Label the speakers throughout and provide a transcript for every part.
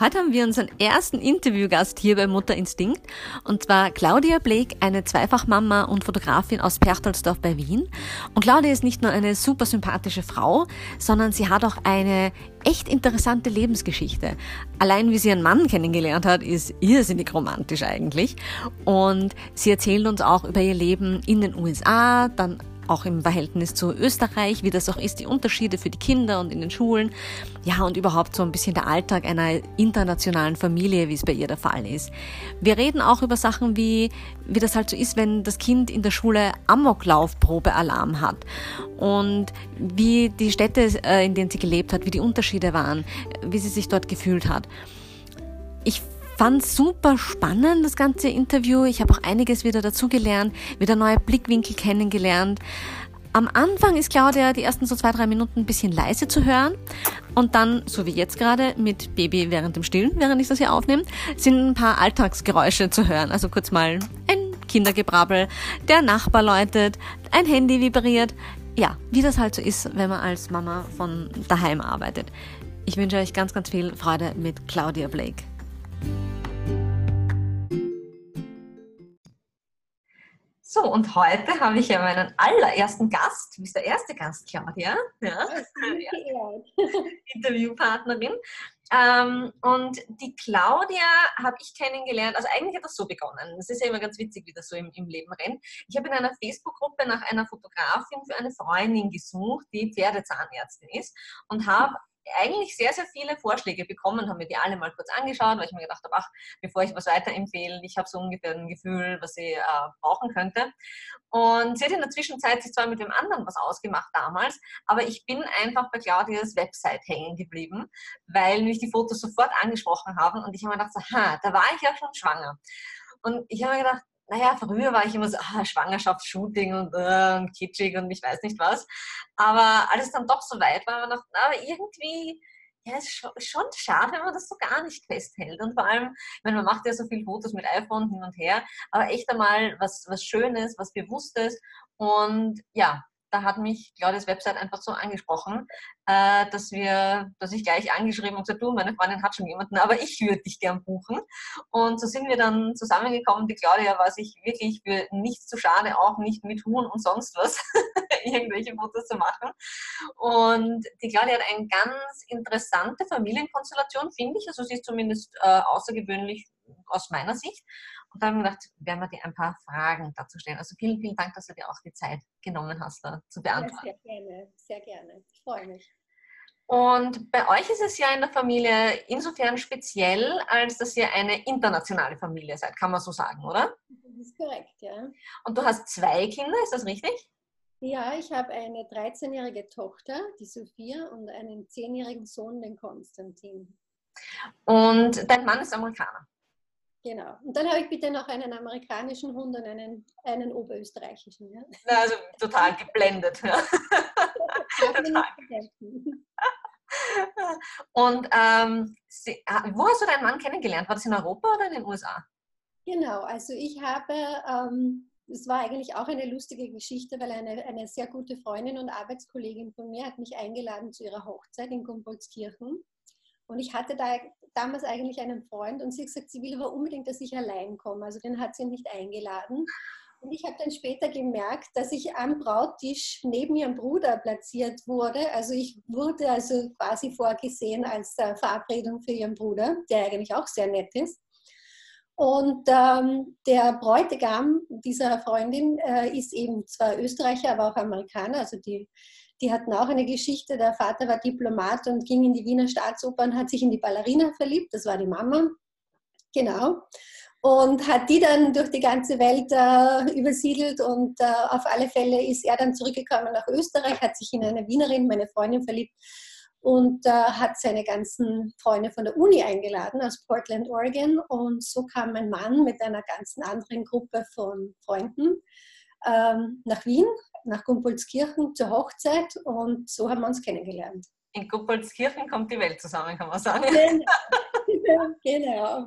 Speaker 1: Heute haben wir unseren ersten Interviewgast hier bei Mutter Instinkt und zwar Claudia Blake, eine Zweifachmama und Fotografin aus Perchtoldsdorf bei Wien. Und Claudia ist nicht nur eine super sympathische Frau, sondern sie hat auch eine echt interessante Lebensgeschichte. Allein wie sie ihren Mann kennengelernt hat, ist irrsinnig romantisch eigentlich. Und sie erzählt uns auch über ihr Leben in den USA, dann auch im Verhältnis zu Österreich, wie das auch ist, die Unterschiede für die Kinder und in den Schulen. Ja, und überhaupt so ein bisschen der Alltag einer internationalen Familie, wie es bei ihr der Fall ist. Wir reden auch über Sachen wie, wie das halt so ist, wenn das Kind in der Schule Amoklaufprobealarm hat und wie die Städte, äh, in denen sie gelebt hat, wie die Unterschiede waren, wie sie sich dort gefühlt hat. Ich fand super spannend, das ganze Interview. Ich habe auch einiges wieder dazugelernt, wieder neue Blickwinkel kennengelernt. Am Anfang ist Claudia die ersten so zwei, drei Minuten ein bisschen leise zu hören. Und dann, so wie jetzt gerade, mit Baby während dem Stillen, während ich das hier aufnehme, sind ein paar Alltagsgeräusche zu hören. Also kurz mal ein Kindergebrabbel, der Nachbar läutet, ein Handy vibriert. Ja, wie das halt so ist, wenn man als Mama von daheim arbeitet. Ich wünsche euch ganz, ganz viel Freude mit Claudia Blake. So, und heute habe ich ja meinen allerersten Gast, du bist der erste Gast, Claudia, ja, Interviewpartnerin. Ähm, und die Claudia habe ich kennengelernt, also eigentlich hat das so begonnen. Das ist ja immer ganz witzig, wie das so im, im Leben rennt. Ich habe in einer Facebook-Gruppe nach einer Fotografin für eine Freundin gesucht, die Pferdezahnärztin ist und habe eigentlich sehr, sehr viele Vorschläge bekommen, haben mir die alle mal kurz angeschaut, weil ich mir gedacht habe, ach, bevor ich was weiterempfehle, ich habe so ungefähr ein Gefühl, was ich äh, brauchen könnte. Und sie hat in der Zwischenzeit sich zwar mit dem anderen was ausgemacht damals, aber ich bin einfach bei Claudias Website hängen geblieben, weil mich die Fotos sofort angesprochen haben und ich habe mir gedacht, so, ha, da war ich ja schon schwanger. Und ich habe mir gedacht, naja, früher war ich immer so, ah, Schwangerschaftsshooting und, äh, und kitschig und ich weiß nicht was. Aber als es dann doch so weit war, war noch, na, aber irgendwie, ja, ist schon schade, wenn man das so gar nicht festhält. Und vor allem, wenn man macht ja so viel Fotos mit iPhone hin und her, aber echt einmal was, was Schönes, was Bewusstes. Und ja, da hat mich Claudias Website einfach so angesprochen, äh, dass wir, dass ich gleich angeschrieben und gesagt, du, meine Freundin hat schon jemanden, aber ich würde dich gern buchen. Und so sind wir dann zusammengekommen. Die Claudia war sich wirklich für nichts zu schade, auch nicht mit Huhn und sonst was, irgendwelche Fotos zu machen. Und die Claudia hat eine ganz interessante Familienkonstellation, finde ich. Also sie ist zumindest äh, außergewöhnlich aus meiner Sicht. Und dann haben wir gedacht, werden wir dir ein paar Fragen dazu stellen. Also vielen, vielen Dank, dass du dir auch die Zeit genommen hast, da zu beantworten.
Speaker 2: Ja, sehr gerne, sehr gerne. Ich freue mich.
Speaker 1: Und bei euch ist es ja in der Familie insofern speziell, als dass ihr eine internationale Familie seid, kann man so sagen, oder?
Speaker 2: Das ist korrekt, ja.
Speaker 1: Und du hast zwei Kinder, ist das richtig?
Speaker 2: Ja, ich habe eine 13-jährige Tochter, die Sophia, und einen 10-jährigen Sohn, den Konstantin.
Speaker 1: Und dein Mann ist Amerikaner?
Speaker 2: Genau. Und dann habe ich bitte noch einen amerikanischen Hund und einen, einen oberösterreichischen. Ja.
Speaker 1: Na, also total geblendet. Ja. total. Und ähm, sie, wo hast du deinen Mann kennengelernt? War das in Europa oder in den USA?
Speaker 2: Genau, also ich habe, ähm, es war eigentlich auch eine lustige Geschichte, weil eine, eine sehr gute Freundin und Arbeitskollegin von mir hat mich eingeladen zu ihrer Hochzeit in Gumboldskirchen. Und ich hatte da damals eigentlich einen Freund und sie hat gesagt, sie will aber unbedingt, dass ich allein komme. Also den hat sie nicht eingeladen. Und ich habe dann später gemerkt, dass ich am Brautisch neben ihrem Bruder platziert wurde. Also ich wurde also quasi vorgesehen als äh, Verabredung für ihren Bruder, der eigentlich auch sehr nett ist. Und ähm, der Bräutigam dieser Freundin äh, ist eben zwar Österreicher, aber auch Amerikaner. Also die die hatten auch eine Geschichte. Der Vater war Diplomat und ging in die Wiener Staatsoper und hat sich in die Ballerina verliebt. Das war die Mama. Genau. Und hat die dann durch die ganze Welt äh, übersiedelt und äh, auf alle Fälle ist er dann zurückgekommen nach Österreich, hat sich in eine Wienerin, meine Freundin, verliebt und äh, hat seine ganzen Freunde von der Uni eingeladen aus Portland, Oregon. Und so kam mein Mann mit einer ganzen anderen Gruppe von Freunden ähm, nach Wien nach Gumpoldskirchen zur Hochzeit und so haben wir uns kennengelernt.
Speaker 1: In Gumpoldskirchen kommt die Welt zusammen, kann man sagen.
Speaker 2: Genau. genau.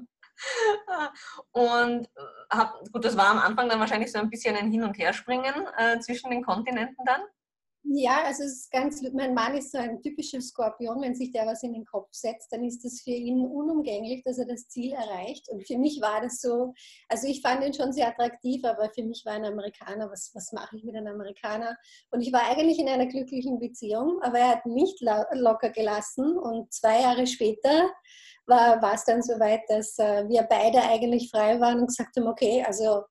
Speaker 1: Und hab, gut, das war am Anfang dann wahrscheinlich so ein bisschen ein Hin- und Herspringen äh, zwischen den äh, Kontinenten dann?
Speaker 2: Ja, also es ist ganz, mein Mann ist so ein typischer Skorpion, wenn sich der was in den Kopf setzt, dann ist das für ihn unumgänglich, dass er das Ziel erreicht. Und für mich war das so, also ich fand ihn schon sehr attraktiv, aber für mich war ein Amerikaner, was, was mache ich mit einem Amerikaner? Und ich war eigentlich in einer glücklichen Beziehung, aber er hat nicht locker gelassen. Und zwei Jahre später war, war es dann so weit, dass äh, wir beide eigentlich frei waren und gesagt haben, okay, also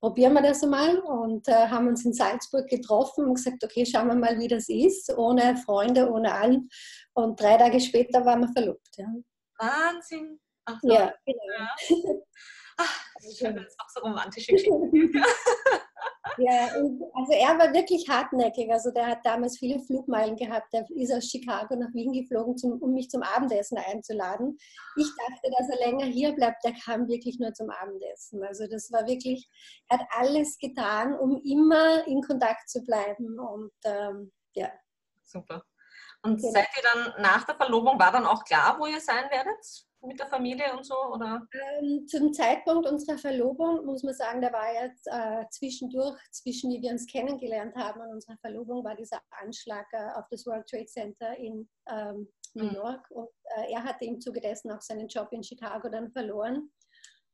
Speaker 2: probieren wir das mal und äh, haben uns in Salzburg getroffen und gesagt, okay, schauen wir mal, wie das ist, ohne Freunde, ohne allen. Und drei Tage später waren wir verlobt. Ja.
Speaker 1: Wahnsinn. Ach,
Speaker 2: so. Ja, genau.
Speaker 1: Ja. Ach, schön, das ist auch so romantische Geschichten.
Speaker 2: Ja, also er war wirklich hartnäckig. Also der hat damals viele Flugmeilen gehabt. Der ist aus Chicago nach Wien geflogen, zum, um mich zum Abendessen einzuladen. Ich dachte, dass er länger hier bleibt. Der kam wirklich nur zum Abendessen. Also das war wirklich, er hat alles getan, um immer in Kontakt zu bleiben. Und ähm, ja.
Speaker 1: Super. Und genau. seid ihr dann nach der Verlobung, war dann auch klar, wo ihr sein werdet? mit der Familie und so? Oder?
Speaker 2: Ähm, zum Zeitpunkt unserer Verlobung muss man sagen, da war jetzt äh, zwischendurch, zwischen wie wir uns kennengelernt haben und unserer Verlobung, war dieser Anschlag äh, auf das World Trade Center in ähm, New York. Mhm. Und äh, er hatte im Zuge dessen auch seinen Job in Chicago dann verloren.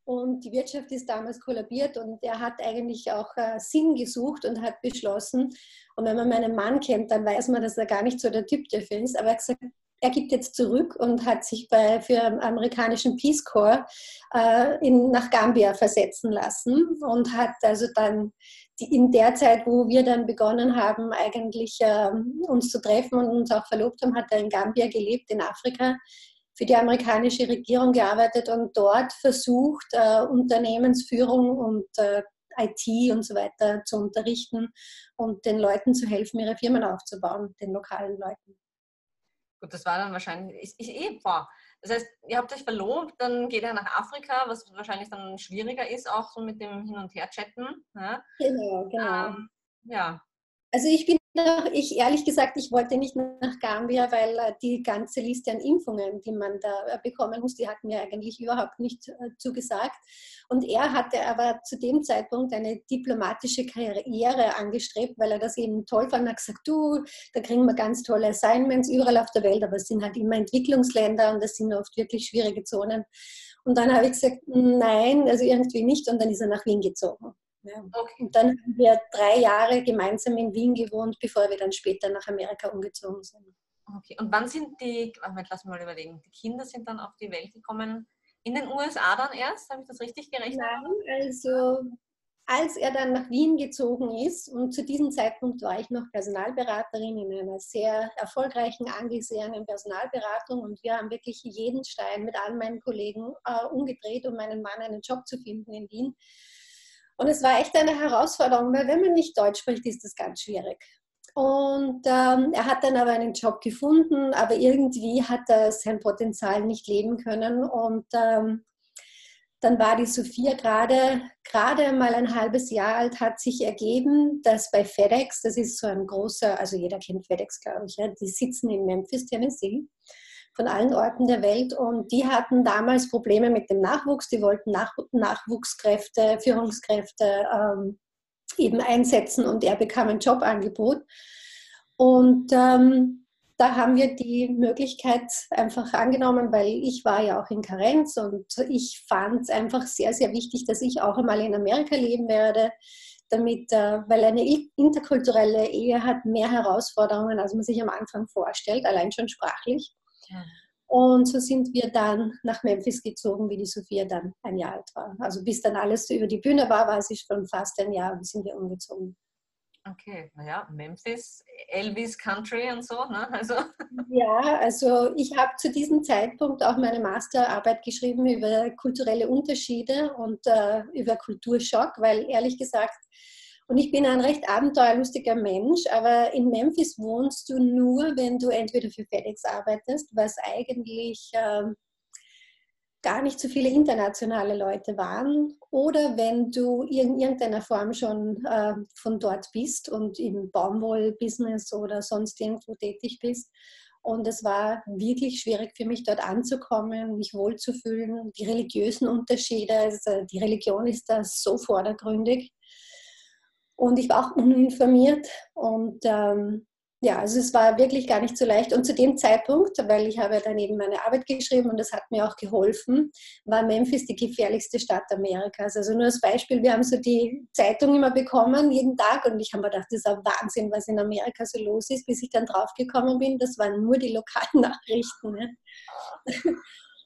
Speaker 2: Und die Wirtschaft ist damals kollabiert und er hat eigentlich auch äh, Sinn gesucht und hat beschlossen, und wenn man meinen Mann kennt, dann weiß man, dass er gar nicht so der Typ dafür ist, aber er hat gesagt, er gibt jetzt zurück und hat sich bei, für amerikanischen Peace Corps äh, in, nach Gambia versetzen lassen und hat also dann die, in der Zeit, wo wir dann begonnen haben, eigentlich äh, uns zu treffen und uns auch verlobt haben, hat er in Gambia gelebt, in Afrika, für die amerikanische Regierung gearbeitet und dort versucht, äh, Unternehmensführung und IT und so weiter zu unterrichten und den Leuten zu helfen, ihre Firmen aufzubauen, den lokalen Leuten.
Speaker 1: Gut, das war dann wahrscheinlich, ist, ist eh vor. Das heißt, ihr habt euch verlobt, dann geht er nach Afrika, was wahrscheinlich dann schwieriger ist, auch so mit dem Hin- und Her-Chatten.
Speaker 2: Ne? Genau, genau.
Speaker 1: Ähm, ja.
Speaker 2: Also ich bin auch, ich ehrlich gesagt, ich wollte nicht nach Gambia, weil äh, die ganze Liste an Impfungen, die man da äh, bekommen muss, die hat mir eigentlich überhaupt nicht äh, zugesagt. Und er hatte aber zu dem Zeitpunkt eine diplomatische Karriere angestrebt, weil er das eben toll fand. Er hat gesagt, du, da kriegen wir ganz tolle Assignments überall auf der Welt, aber es sind halt immer Entwicklungsländer und das sind oft wirklich schwierige Zonen. Und dann habe ich gesagt, nein, also irgendwie nicht. Und dann ist er nach Wien gezogen. Ja. Okay. Und dann haben wir drei Jahre gemeinsam in Wien gewohnt, bevor wir dann später nach Amerika umgezogen sind.
Speaker 1: Okay, und wann sind die, Moment, lass mich mal überlegen, die Kinder sind dann auf die Welt gekommen, in den USA dann erst? Habe ich das richtig gerechnet?
Speaker 2: Nein, also als er dann nach Wien gezogen ist, und zu diesem Zeitpunkt war ich noch Personalberaterin in einer sehr erfolgreichen, angesehenen Personalberatung und wir haben wirklich jeden Stein mit all meinen Kollegen äh, umgedreht, um meinen Mann einen Job zu finden in Wien. Und es war echt eine Herausforderung, weil wenn man nicht Deutsch spricht, ist das ganz schwierig. Und ähm, er hat dann aber einen Job gefunden, aber irgendwie hat er sein Potenzial nicht leben können. Und ähm, dann war die Sophia gerade gerade mal ein halbes Jahr alt, hat sich ergeben, dass bei FedEx, das ist so ein großer, also jeder kennt FedEx, glaube ich, ja, die sitzen in Memphis, Tennessee von allen Orten der Welt und die hatten damals Probleme mit dem Nachwuchs. Die wollten Nach Nachwuchskräfte, Führungskräfte ähm, eben einsetzen und er bekam ein Jobangebot. Und ähm, da haben wir die Möglichkeit einfach angenommen, weil ich war ja auch in Karenz und ich fand es einfach sehr, sehr wichtig, dass ich auch einmal in Amerika leben werde damit, äh, weil eine interkulturelle Ehe hat mehr Herausforderungen, als man sich am Anfang vorstellt, allein schon sprachlich. Und so sind wir dann nach Memphis gezogen, wie die Sophia dann ein Jahr alt war. Also bis dann alles über die Bühne war, war sie schon fast ein Jahr und sind wir umgezogen.
Speaker 1: Okay, naja, Memphis, Elvis Country und so, ne? Also.
Speaker 2: Ja, also ich habe zu diesem Zeitpunkt auch meine Masterarbeit geschrieben über kulturelle Unterschiede und äh, über Kulturschock, weil ehrlich gesagt, und ich bin ein recht abenteuerlustiger Mensch, aber in Memphis wohnst du nur, wenn du entweder für FedEx arbeitest, was eigentlich äh, gar nicht so viele internationale Leute waren, oder wenn du in irgendeiner Form schon äh, von dort bist und im Baumwollbusiness oder sonst irgendwo tätig bist. Und es war wirklich schwierig für mich, dort anzukommen, mich wohlzufühlen. Die religiösen Unterschiede, also die Religion ist da so vordergründig. Und ich war auch uninformiert und ähm, ja, also es war wirklich gar nicht so leicht. Und zu dem Zeitpunkt, weil ich habe dann eben meine Arbeit geschrieben und das hat mir auch geholfen, war Memphis die gefährlichste Stadt Amerikas. Also nur als Beispiel, wir haben so die Zeitung immer bekommen, jeden Tag. Und ich habe mir gedacht, das ist ein Wahnsinn, was in Amerika so los ist. Bis ich dann draufgekommen bin, das waren nur die lokalen Nachrichten. Ne?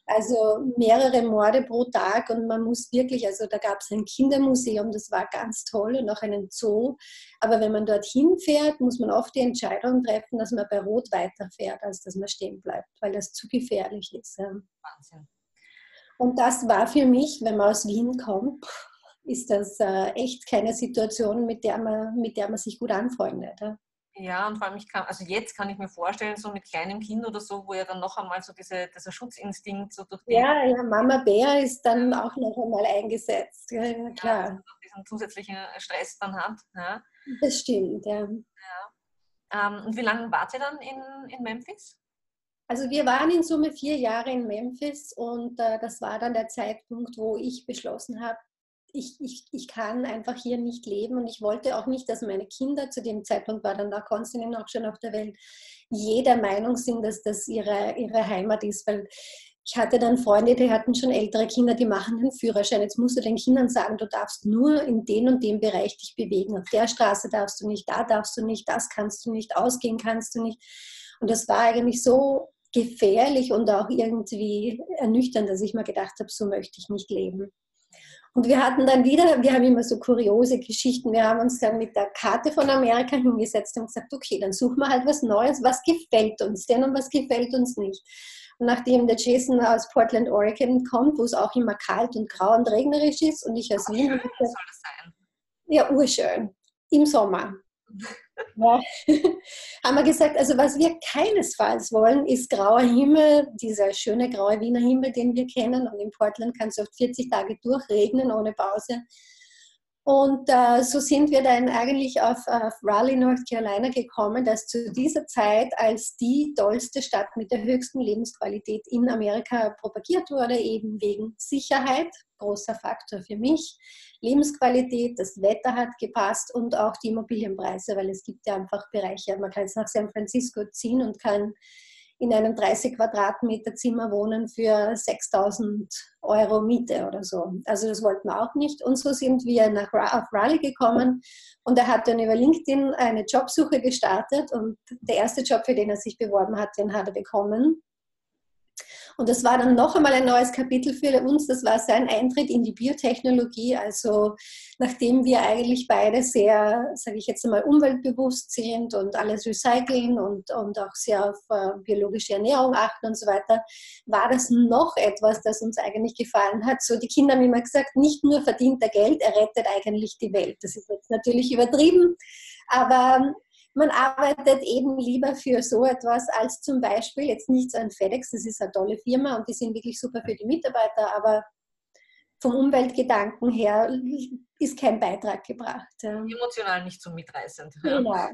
Speaker 2: Also mehrere Morde pro Tag und man muss wirklich, also da gab es ein Kindermuseum, das war ganz toll und auch einen Zoo. Aber wenn man dorthin fährt, muss man oft die Entscheidung treffen, dass man bei Rot weiterfährt, als dass man stehen bleibt, weil das zu gefährlich ist.
Speaker 1: Wahnsinn.
Speaker 2: Und das war für mich, wenn man aus Wien kommt, ist das äh, echt keine Situation, mit der man, mit der man sich gut anfreundet.
Speaker 1: Ja, und vor allem, ich kann, also jetzt kann ich mir vorstellen, so mit kleinem Kind oder so, wo ja dann noch einmal so diese, dieser Schutzinstinkt so durch
Speaker 2: die. Ja, ja, Mama Bär ist dann auch noch einmal eingesetzt. Ja, ja klar. Ja,
Speaker 1: also diesen zusätzlichen Stress dann hat. Ja.
Speaker 2: Das stimmt, ja.
Speaker 1: ja. Ähm, und wie lange wart ihr dann in, in Memphis?
Speaker 2: Also wir waren in Summe vier Jahre in Memphis und äh, das war dann der Zeitpunkt, wo ich beschlossen habe, ich, ich, ich, kann einfach hier nicht leben und ich wollte auch nicht, dass meine Kinder, zu dem Zeitpunkt war dann da Konstantin auch schon auf der Welt, jeder Meinung sind, dass das ihre, ihre Heimat ist, weil ich hatte dann Freunde, die hatten schon ältere Kinder, die machen einen Führerschein. Jetzt musst du den Kindern sagen, du darfst nur in den und dem Bereich dich bewegen. Auf der Straße darfst du nicht, da darfst du nicht, das kannst du nicht, ausgehen kannst du nicht. Und das war eigentlich so gefährlich und auch irgendwie ernüchternd, dass ich mir gedacht habe, so möchte ich nicht leben. Und wir hatten dann wieder, wir haben immer so kuriose Geschichten, wir haben uns dann mit der Karte von Amerika hingesetzt und gesagt, okay, dann suchen wir halt was Neues, was gefällt uns denn und was gefällt uns nicht. Und nachdem der Jason aus Portland, Oregon kommt, wo es auch immer kalt und grau und regnerisch ist und ich aus Wien...
Speaker 1: Schön soll das sein.
Speaker 2: Ja, urschön. Im Sommer. Ja. haben wir gesagt, also was wir keinesfalls wollen, ist grauer Himmel, dieser schöne graue Wiener Himmel, den wir kennen. Und in Portland kann es oft 40 Tage durchregnen ohne Pause. Und äh, so sind wir dann eigentlich auf, auf Raleigh, North Carolina gekommen, das zu dieser Zeit als die tollste Stadt mit der höchsten Lebensqualität in Amerika propagiert wurde, eben wegen Sicherheit, großer Faktor für mich, Lebensqualität, das Wetter hat gepasst und auch die Immobilienpreise, weil es gibt ja einfach Bereiche, man kann es nach San Francisco ziehen und kann in einem 30 Quadratmeter Zimmer wohnen für 6000 Euro Miete oder so. Also das wollten wir auch nicht. Und so sind wir nach auf Raleigh gekommen und er hat dann über LinkedIn eine Jobsuche gestartet und der erste Job, für den er sich beworben hat, den hat er bekommen. Und das war dann noch einmal ein neues Kapitel für uns. Das war sein Eintritt in die Biotechnologie. Also nachdem wir eigentlich beide sehr, sage ich jetzt einmal, umweltbewusst sind und alles recyceln und, und auch sehr auf äh, biologische Ernährung achten und so weiter, war das noch etwas, das uns eigentlich gefallen hat. So die Kinder haben immer gesagt, nicht nur verdient er Geld, er rettet eigentlich die Welt. Das ist jetzt natürlich übertrieben, aber man arbeitet eben lieber für so etwas als zum Beispiel jetzt nichts an FedEx, das ist eine tolle Firma und die sind wirklich super für die Mitarbeiter, aber vom Umweltgedanken her ist kein Beitrag gebracht.
Speaker 1: Emotional nicht so mitreißend.
Speaker 2: Genau.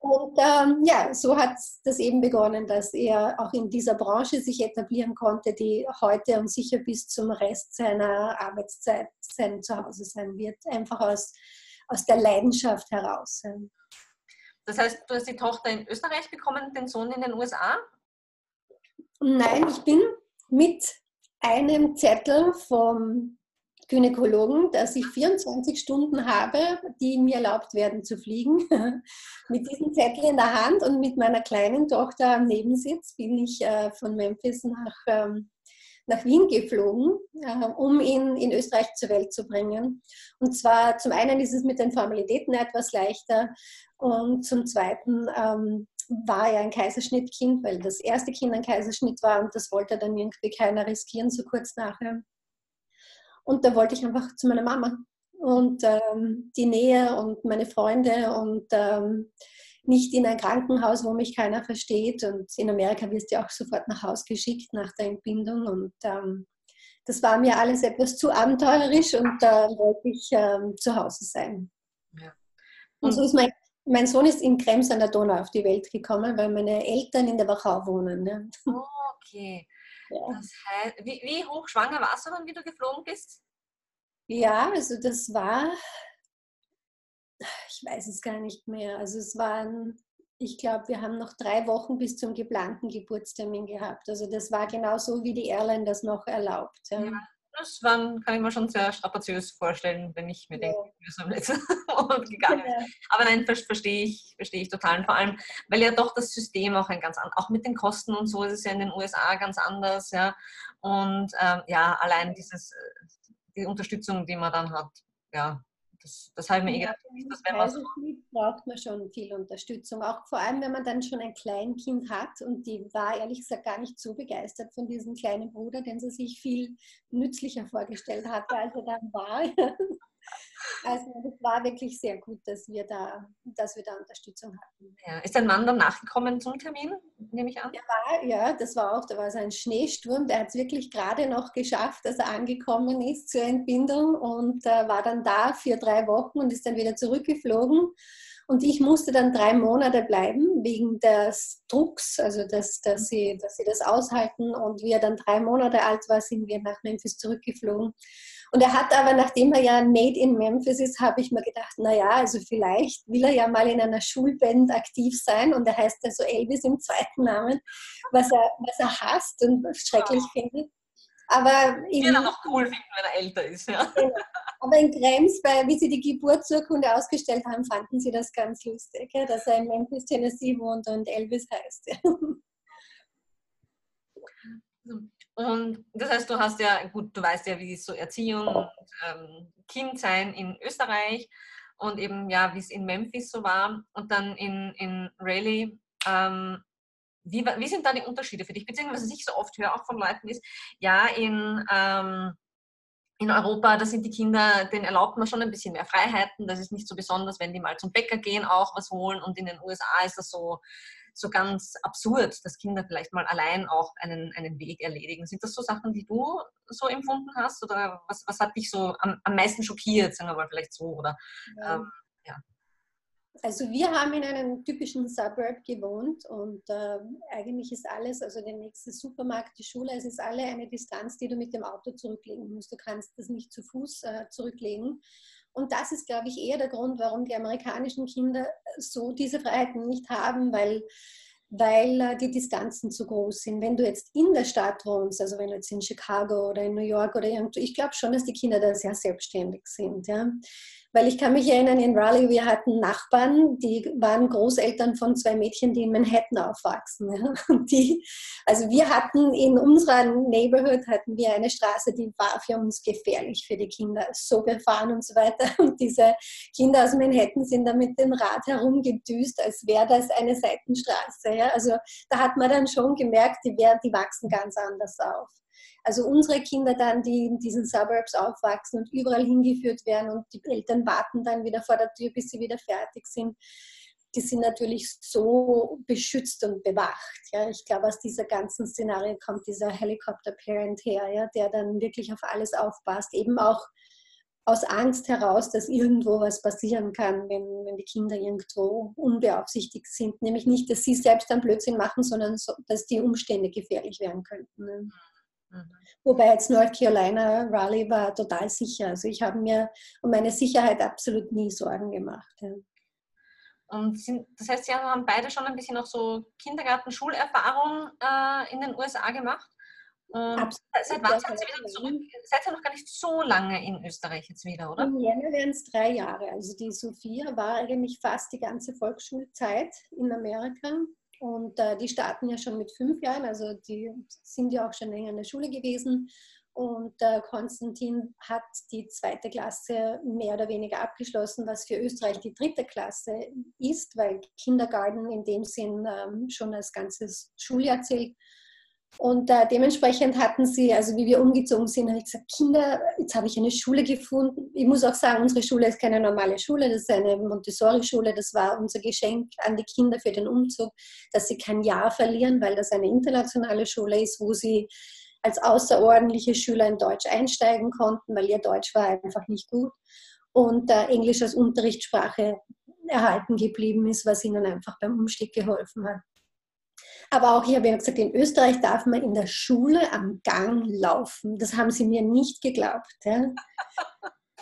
Speaker 2: Und ähm, ja, so hat das eben begonnen, dass er auch in dieser Branche sich etablieren konnte, die heute und sicher bis zum Rest seiner Arbeitszeit sein Zuhause sein wird. Einfach aus, aus der Leidenschaft heraus.
Speaker 1: Das heißt, du hast die Tochter in Österreich bekommen, den Sohn in den USA?
Speaker 2: Nein, ich bin mit einem Zettel vom Gynäkologen, dass ich 24 Stunden habe, die mir erlaubt werden zu fliegen. mit diesem Zettel in der Hand und mit meiner kleinen Tochter am Nebensitz bin ich äh, von Memphis nach, ähm, nach Wien geflogen, äh, um ihn in Österreich zur Welt zu bringen. Und zwar zum einen ist es mit den Formalitäten etwas leichter und zum zweiten ähm, war er ein Kaiserschnittkind, weil das erste Kind ein Kaiserschnitt war und das wollte dann irgendwie keiner riskieren, so kurz nachher. Und da wollte ich einfach zu meiner Mama und ähm, die Nähe und meine Freunde und ähm, nicht in ein Krankenhaus, wo mich keiner versteht. Und in Amerika wirst du auch sofort nach Haus geschickt nach der Entbindung. Und ähm, das war mir alles etwas zu abenteuerisch und da äh, wollte ich ähm, zu Hause sein. Ja. Und, und so ist mein, mein Sohn ist in Krems an der Donau auf die Welt gekommen, weil meine Eltern in der Wachau wohnen. Ne?
Speaker 1: Okay. Ja. Das heißt, wie, wie hoch schwanger warst du dann, wie du geflogen bist?
Speaker 2: Ja, also das war Ich weiß es gar nicht mehr. Also es waren, ich glaube, wir haben noch drei Wochen bis zum geplanten Geburtstermin gehabt. Also das war genau so, wie die Airline das noch erlaubt. Ja.
Speaker 1: Ja. Das waren, kann ich mir schon sehr strapaziös vorstellen, wenn ich mir
Speaker 2: Ja.
Speaker 1: denke, wie es am letzten Monat gegangen ist. Aber nein, ver- verstehe ich, verstehe ich total. Und vor allem, weil ja doch das System auch ein ganz anderes, auch mit den Kosten und so ist es ja in den USA ganz anders, ja. Und ähm, ja, allein dieses, äh, die Unterstützung, die man dann hat, ja, das, das habe ich mir eh gedacht, dass wenn man so,
Speaker 2: Kaiserschnitt braucht man schon viel Unterstützung, auch vor allem, wenn man dann schon ein Kleinkind hat und die war ehrlich gesagt gar nicht so begeistert von diesem kleinen Bruder, den sie sich viel nützlicher vorgestellt hatte, als er dann war. Also es war wirklich sehr gut, dass wir da, dass wir da Unterstützung hatten.
Speaker 1: ja. Ist dein Mann dann nachgekommen zum Termin, nehme ich an?
Speaker 2: Ah, Ja, das war auch, da war so ein Schneesturm, der hat es wirklich gerade noch geschafft, dass er angekommen ist zur Entbindung und äh, war dann da für drei Wochen und ist dann wieder zurückgeflogen. Und ich musste dann drei Monate bleiben wegen des Drucks, also dass, dass, sie, dass sie das aushalten. Und wie er dann drei Monate alt war, sind wir nach Memphis zurückgeflogen. Und er hat aber, nachdem er ja Made in Memphis ist, habe ich mir gedacht, naja, also vielleicht will er ja mal in einer Schulband aktiv sein. Und er heißt ja so Elvis im zweiten Namen, was er, was er hasst und schrecklich findet. Aber
Speaker 1: Wir
Speaker 2: in,
Speaker 1: dann auch cool finden, wenn er älter ist, ja.
Speaker 2: aber in Krems, bei, wie sie die Geburtsurkunde ausgestellt haben, fanden sie das ganz lustig, ja, dass er in Memphis, Tennessee wohnt und Elvis heißt. Ja.
Speaker 1: Und das heißt, du hast ja, gut, du weißt ja, wie so Erziehung und ähm, Kindsein in Österreich und eben ja, wie es in Memphis so war und dann in, in Raleigh. Ähm, wie, wa- wie sind da die Unterschiede für dich? Beziehungsweise, was ich so oft höre auch von Leuten ist, ja, in, ähm, in Europa, da sind die Kinder, denen erlaubt man schon ein bisschen mehr Freiheiten. Das ist nicht so besonders, wenn die mal zum Bäcker gehen, auch was holen. Und in den USA ist das so, so ganz absurd, dass Kinder vielleicht mal allein auch einen, einen Weg erledigen. Sind das so Sachen, die du so empfunden hast? Oder was, was hat dich so am, am meisten schockiert, sagen wir mal vielleicht so? Oder Ähm, ja.
Speaker 2: Also wir haben in einem typischen Suburb gewohnt und ähm, eigentlich ist alles, also der nächste Supermarkt, die Schule, es ist alle eine Distanz, die du mit dem Auto zurücklegen musst. Du kannst das nicht zu Fuß äh, zurücklegen. Und das ist, glaube ich, eher der Grund, warum die amerikanischen Kinder so diese Freiheiten nicht haben, weil, weil äh, die Distanzen zu groß sind. Wenn du jetzt in der Stadt wohnst, also wenn du jetzt in Chicago oder in New York oder irgendwo, ich glaube schon, dass die Kinder da sehr selbstständig sind. Ja? Weil ich kann mich erinnern, in Raleigh, wir hatten Nachbarn, die waren Großeltern von zwei Mädchen, die in Manhattan aufwachsen. Ja? Und die, also wir hatten in unserer Neighborhood hatten wir eine Straße, die war für uns gefährlich, für die Kinder, so befahren und so weiter. Und diese Kinder aus Manhattan sind da mit dem Rad herumgedüst, als wäre das eine Seitenstraße. Ja? Also da hat man dann schon gemerkt, die, wär, die wachsen ganz anders auf. Also unsere Kinder dann, die in diesen Suburbs aufwachsen und überall hingeführt werden und die Eltern warten dann wieder vor der Tür, bis sie wieder fertig sind, die sind natürlich so beschützt und bewacht. Ja. Ich glaube, aus dieser ganzen Szenario kommt dieser Helicopter-Parent her, ja, der dann wirklich auf alles aufpasst, eben auch aus Angst heraus, dass irgendwo was passieren kann, wenn, wenn die Kinder irgendwo unbeaufsichtigt sind. Nämlich nicht, dass sie selbst dann Blödsinn machen, sondern so, dass die Umstände gefährlich werden könnten. Ne.
Speaker 1: Mhm.
Speaker 2: Wobei jetzt North Carolina Raleigh war total sicher. Also ich habe mir um meine Sicherheit absolut nie Sorgen gemacht. Ja.
Speaker 1: Und sind, das heißt, sie haben beide schon ein bisschen auch so Kindergarten-Schulerfahrung äh, in den USA gemacht. Und
Speaker 2: Absolut,
Speaker 1: seit wann
Speaker 2: ja,
Speaker 1: sind sie wieder
Speaker 2: genau.
Speaker 1: zurück? Seid ihr noch gar nicht so lange in Österreich jetzt wieder, oder?
Speaker 2: Im Jänner wären es drei Jahre. Also die Sophia war eigentlich fast die ganze Volksschulzeit in Amerika. Und äh, die starten ja schon mit fünf Jahren, also die sind ja auch schon länger in der Schule gewesen. Und äh, Konstantin hat die zweite Klasse mehr oder weniger abgeschlossen, was für Österreich die dritte Klasse ist, weil Kindergarten in dem Sinn ähm, schon als ganzes Schuljahr zählt. Und äh, dementsprechend hatten sie, also wie wir umgezogen sind, habe ich gesagt, Kinder, jetzt habe ich eine Schule gefunden. Ich muss auch sagen, unsere Schule ist keine normale Schule, das ist eine Montessori-Schule. Das war unser Geschenk an die Kinder für den Umzug, dass sie kein Jahr verlieren, weil das eine internationale Schule ist, wo sie als außerordentliche Schüler in Deutsch einsteigen konnten, weil ihr Deutsch war einfach nicht gut. Und äh, Englisch als Unterrichtssprache erhalten geblieben ist, was ihnen einfach beim Umstieg geholfen hat. Aber auch hier habe ich gesagt, in Österreich darf man in der Schule am Gang laufen. Das haben sie mir nicht geglaubt. Ja.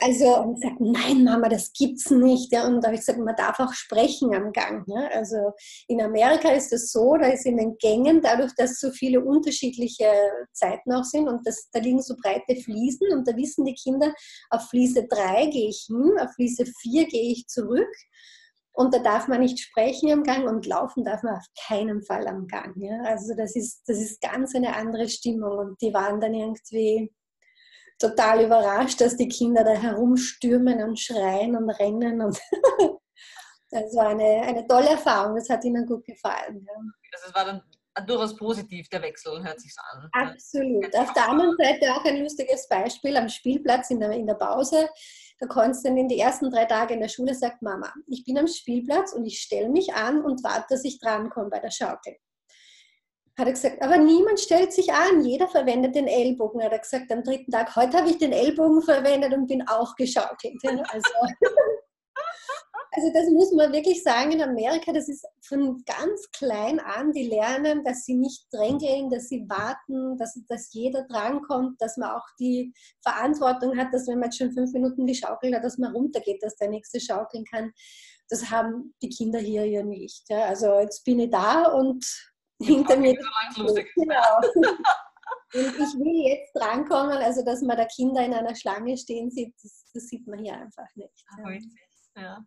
Speaker 2: Also und gesagt, nein Mama, das gibt's nicht. Ja, und da habe ich gesagt, man darf auch sprechen am Gang. Ja? Also in Amerika ist das so, da ist in den Gängen, dadurch, dass so viele unterschiedliche Zeiten auch sind und das, da liegen so breite Fliesen und da wissen die Kinder, auf Fliese 3 gehe ich hin, auf Fliese 4 gehe ich zurück. Und da darf man nicht sprechen am Gang und laufen darf man auf keinen Fall am Gang. Ja? Also das ist, das ist ganz eine andere Stimmung. Und die waren dann irgendwie, total überrascht, dass die Kinder da herumstürmen und schreien und rennen. Und das war eine, eine tolle Erfahrung, das hat ihnen gut gefallen. Ja.
Speaker 1: Also es war dann durchaus positiv, der Wechsel, hört sich an.
Speaker 2: Absolut. Auf der anderen Seite auch ein lustiges Beispiel am Spielplatz in der, in der Pause. Da konntest du dann in die ersten drei Tage in der Schule sagt Mama, ich bin am Spielplatz und ich stelle mich an und warte, dass ich drankomme bei der Schaukel hat er gesagt, aber niemand stellt sich an, jeder verwendet den Ellbogen. Hat er gesagt, am dritten Tag, heute habe ich den Ellbogen verwendet und bin auch geschaukelt. Also, also das muss man wirklich sagen, in Amerika, das ist von ganz klein an, die lernen, dass sie nicht drängeln, dass sie warten, dass, dass jeder drankommt, dass man auch die Verantwortung hat, dass wenn man jetzt schon fünf Minuten geschaukelt hat, dass man runtergeht, dass der Nächste schaukeln kann. Das haben die Kinder hier ja nicht. Ja. Also jetzt bin ich da und hinter mir. Genau. Und ich will jetzt drankommen, also dass man da Kinder in einer Schlange stehen sieht, das, das sieht man hier einfach nicht.
Speaker 1: Ja.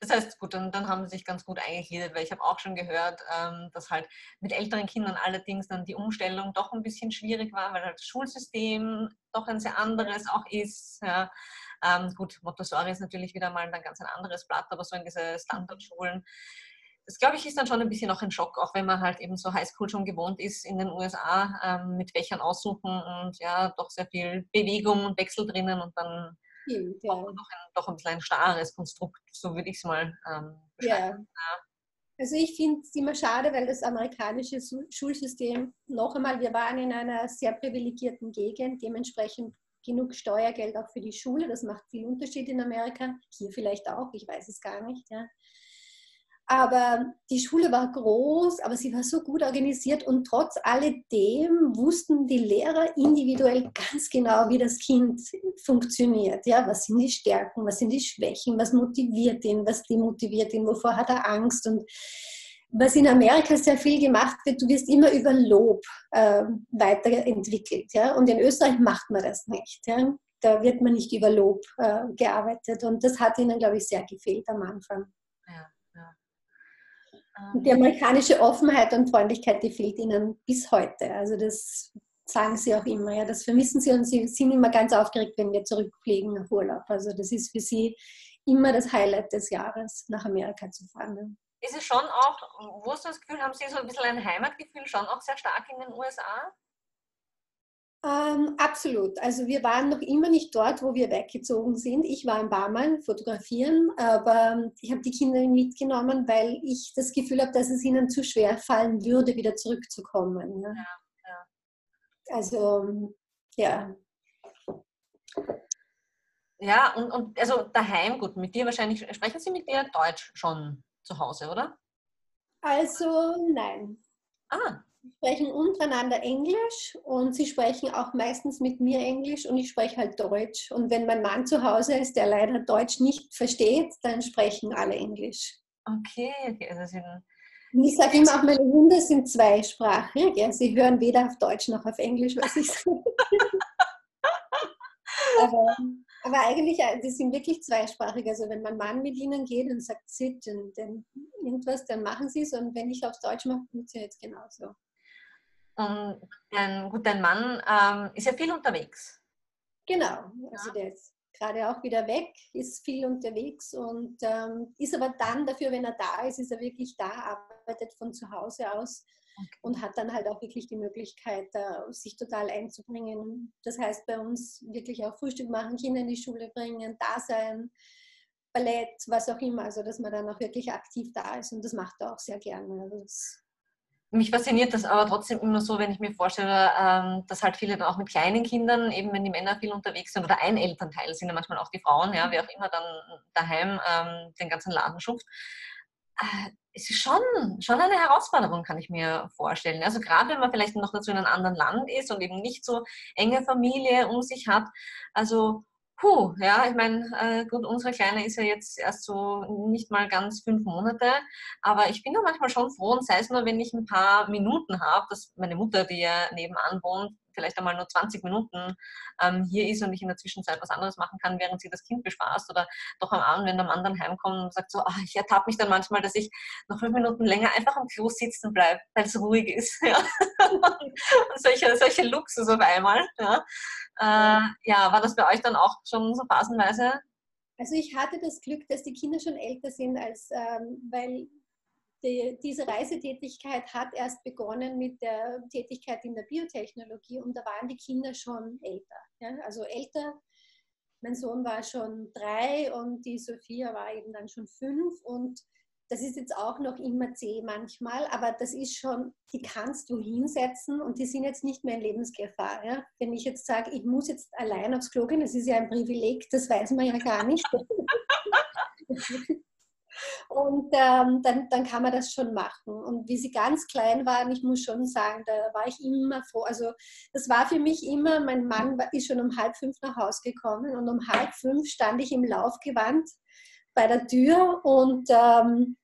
Speaker 1: Das heißt, gut, dann, dann haben sie sich ganz gut eingegliedert, weil ich habe auch schon gehört, dass halt mit älteren Kindern allerdings dann die Umstellung doch ein bisschen schwierig war, weil halt das Schulsystem doch ein sehr anderes auch ist. Ja. Ähm, gut, Montessori ist natürlich wieder mal ein ganz ein anderes Blatt, aber so in diese Standardschulen das glaube ich ist dann schon ein bisschen auch ein Schock, auch wenn man halt eben so Highschool schon gewohnt ist in den USA, ähm, mit Fächern aussuchen und ja, doch sehr viel Bewegung und Wechsel drinnen und dann Stimmt, ja. doch, ein, doch ein bisschen ein starres Konstrukt, so würde ich es mal ähm, beschreiben.
Speaker 2: Ja. Also ich finde es immer schade, weil das amerikanische Schulsystem, noch einmal, wir waren in einer sehr privilegierten Gegend, dementsprechend genug Steuergeld auch für die Schule, das macht viel Unterschied in Amerika, hier vielleicht auch, ich weiß es gar nicht. Ja. Aber die Schule war groß, aber sie war so gut organisiert und trotz alledem wussten die Lehrer individuell ganz genau, wie das Kind funktioniert. Ja, was sind die Stärken, was sind die Schwächen, was motiviert ihn, was demotiviert ihn, wovor hat er Angst und was in Amerika sehr viel gemacht wird, du wirst immer über Lob äh, weiterentwickelt. Ja? Und in Österreich macht man das nicht. Ja? Da wird man nicht über Lob äh, gearbeitet. Und das hat ihnen, glaube ich, sehr gefehlt am Anfang.
Speaker 1: Ja.
Speaker 2: Die amerikanische Offenheit und Freundlichkeit, die fehlt ihnen bis heute. Also das sagen sie auch immer, ja, das vermissen sie und sie sind immer ganz aufgeregt, wenn wir zurückfliegen nach Urlaub. Also das ist für sie immer das Highlight des Jahres, nach Amerika zu fahren.
Speaker 1: Ist es schon auch, wo ist das Gefühl, haben Sie so ein bisschen ein Heimatgefühl schon auch sehr stark in den USA?
Speaker 2: Ähm, absolut. Also wir waren noch immer nicht dort, wo wir weggezogen sind. Ich war ein paar Mal fotografieren, aber ich habe die Kinder mitgenommen, weil ich das Gefühl habe, dass es ihnen zu schwer fallen würde, wieder zurückzukommen. Ja, ja. Also ja.
Speaker 1: Ja, und, und also daheim, gut, mit dir wahrscheinlich, sprechen Sie mit dir Deutsch schon zu Hause, oder?
Speaker 2: Also nein.
Speaker 1: Ah,
Speaker 2: sprechen untereinander Englisch und sie sprechen auch meistens mit mir Englisch und ich spreche halt Deutsch. Und wenn mein Mann zu Hause ist, der leider Deutsch nicht versteht, dann sprechen alle Englisch.
Speaker 1: Okay, okay. Also
Speaker 2: und ich sage immer, auch meine Hunde sind zweisprachig. Ja, sie hören weder auf Deutsch noch auf Englisch, was ich sage. aber, aber, eigentlich, äh, die sind wirklich zweisprachig. Also wenn mein Mann mit ihnen geht und sagt, sit und dann irgendwas, dann machen sie es. Und wenn ich auf Deutsch mache, funktioniert es genauso.
Speaker 1: Und ähm, dein, gut, dein Mann ähm, ist ja viel unterwegs.
Speaker 2: Genau, also ja. der ist gerade auch wieder weg, ist viel unterwegs und ähm, ist aber dann dafür, wenn er da ist, ist er wirklich da, arbeitet von zu Hause aus okay. und hat dann halt auch wirklich die Möglichkeit, äh, sich total einzubringen. Das heißt bei uns wirklich auch Frühstück machen, Kinder in die Schule bringen, da sein, Ballett, was auch immer, also dass man dann auch wirklich aktiv da ist und das macht er auch sehr gerne. Also
Speaker 1: mich fasziniert das aber trotzdem immer so, wenn ich mir vorstelle, dass halt viele dann auch mit kleinen Kindern, eben wenn die Männer viel unterwegs sind oder ein Elternteil sind ja manchmal auch die Frauen, ja, wer auch immer dann daheim ähm, den ganzen Laden schupft. Äh, es ist schon, schon eine Herausforderung, kann ich mir vorstellen. Also gerade wenn man vielleicht noch dazu in einem anderen Land ist und eben nicht so enge Familie um sich hat. Also puh, ja, ich meine, äh, gut, unsere Kleine ist ja jetzt erst so nicht mal ganz fünf Monate, aber ich bin ja manchmal schon froh und sei es nur, wenn ich ein paar Minuten habe, dass meine Mutter, die ja nebenan wohnt, vielleicht einmal nur 20 Minuten ähm, hier ist und ich in der Zwischenzeit was anderes machen kann, während sie das Kind bespaßt oder doch am Abend, wenn der Mann dann heimkommt sagt so, ach, ich ertappe mich dann manchmal, dass ich noch fünf Minuten länger einfach am Klo sitzen bleibe, weil es ruhig ist. Ja. und solche, solche Luxus auf einmal. Ja. Äh, ja, war das bei euch dann auch schon so phasenweise?
Speaker 2: Also ich hatte das Glück, dass die Kinder schon älter sind, als ähm, weil die, diese Reisetätigkeit hat erst begonnen mit der Tätigkeit in der Biotechnologie und da waren die Kinder schon älter. Ja? Also älter, mein Sohn war schon drei und die Sophia war eben dann schon fünf und das ist jetzt auch noch immer zäh manchmal, aber das ist schon, die kannst du hinsetzen und die sind jetzt nicht mehr in Lebensgefahr. Ja? Wenn ich jetzt sage, ich muss jetzt allein aufs Klo gehen, das ist ja ein Privileg, das weiß man ja gar nicht. Und ähm, dann, dann kann man das schon machen. Und wie sie ganz klein waren, ich muss schon sagen, da war ich immer froh. Also das war für mich immer, mein Mann war, ist schon um halb fünf nach Hause gekommen und um halb fünf stand ich im Laufgewand bei der Tür und, ähm,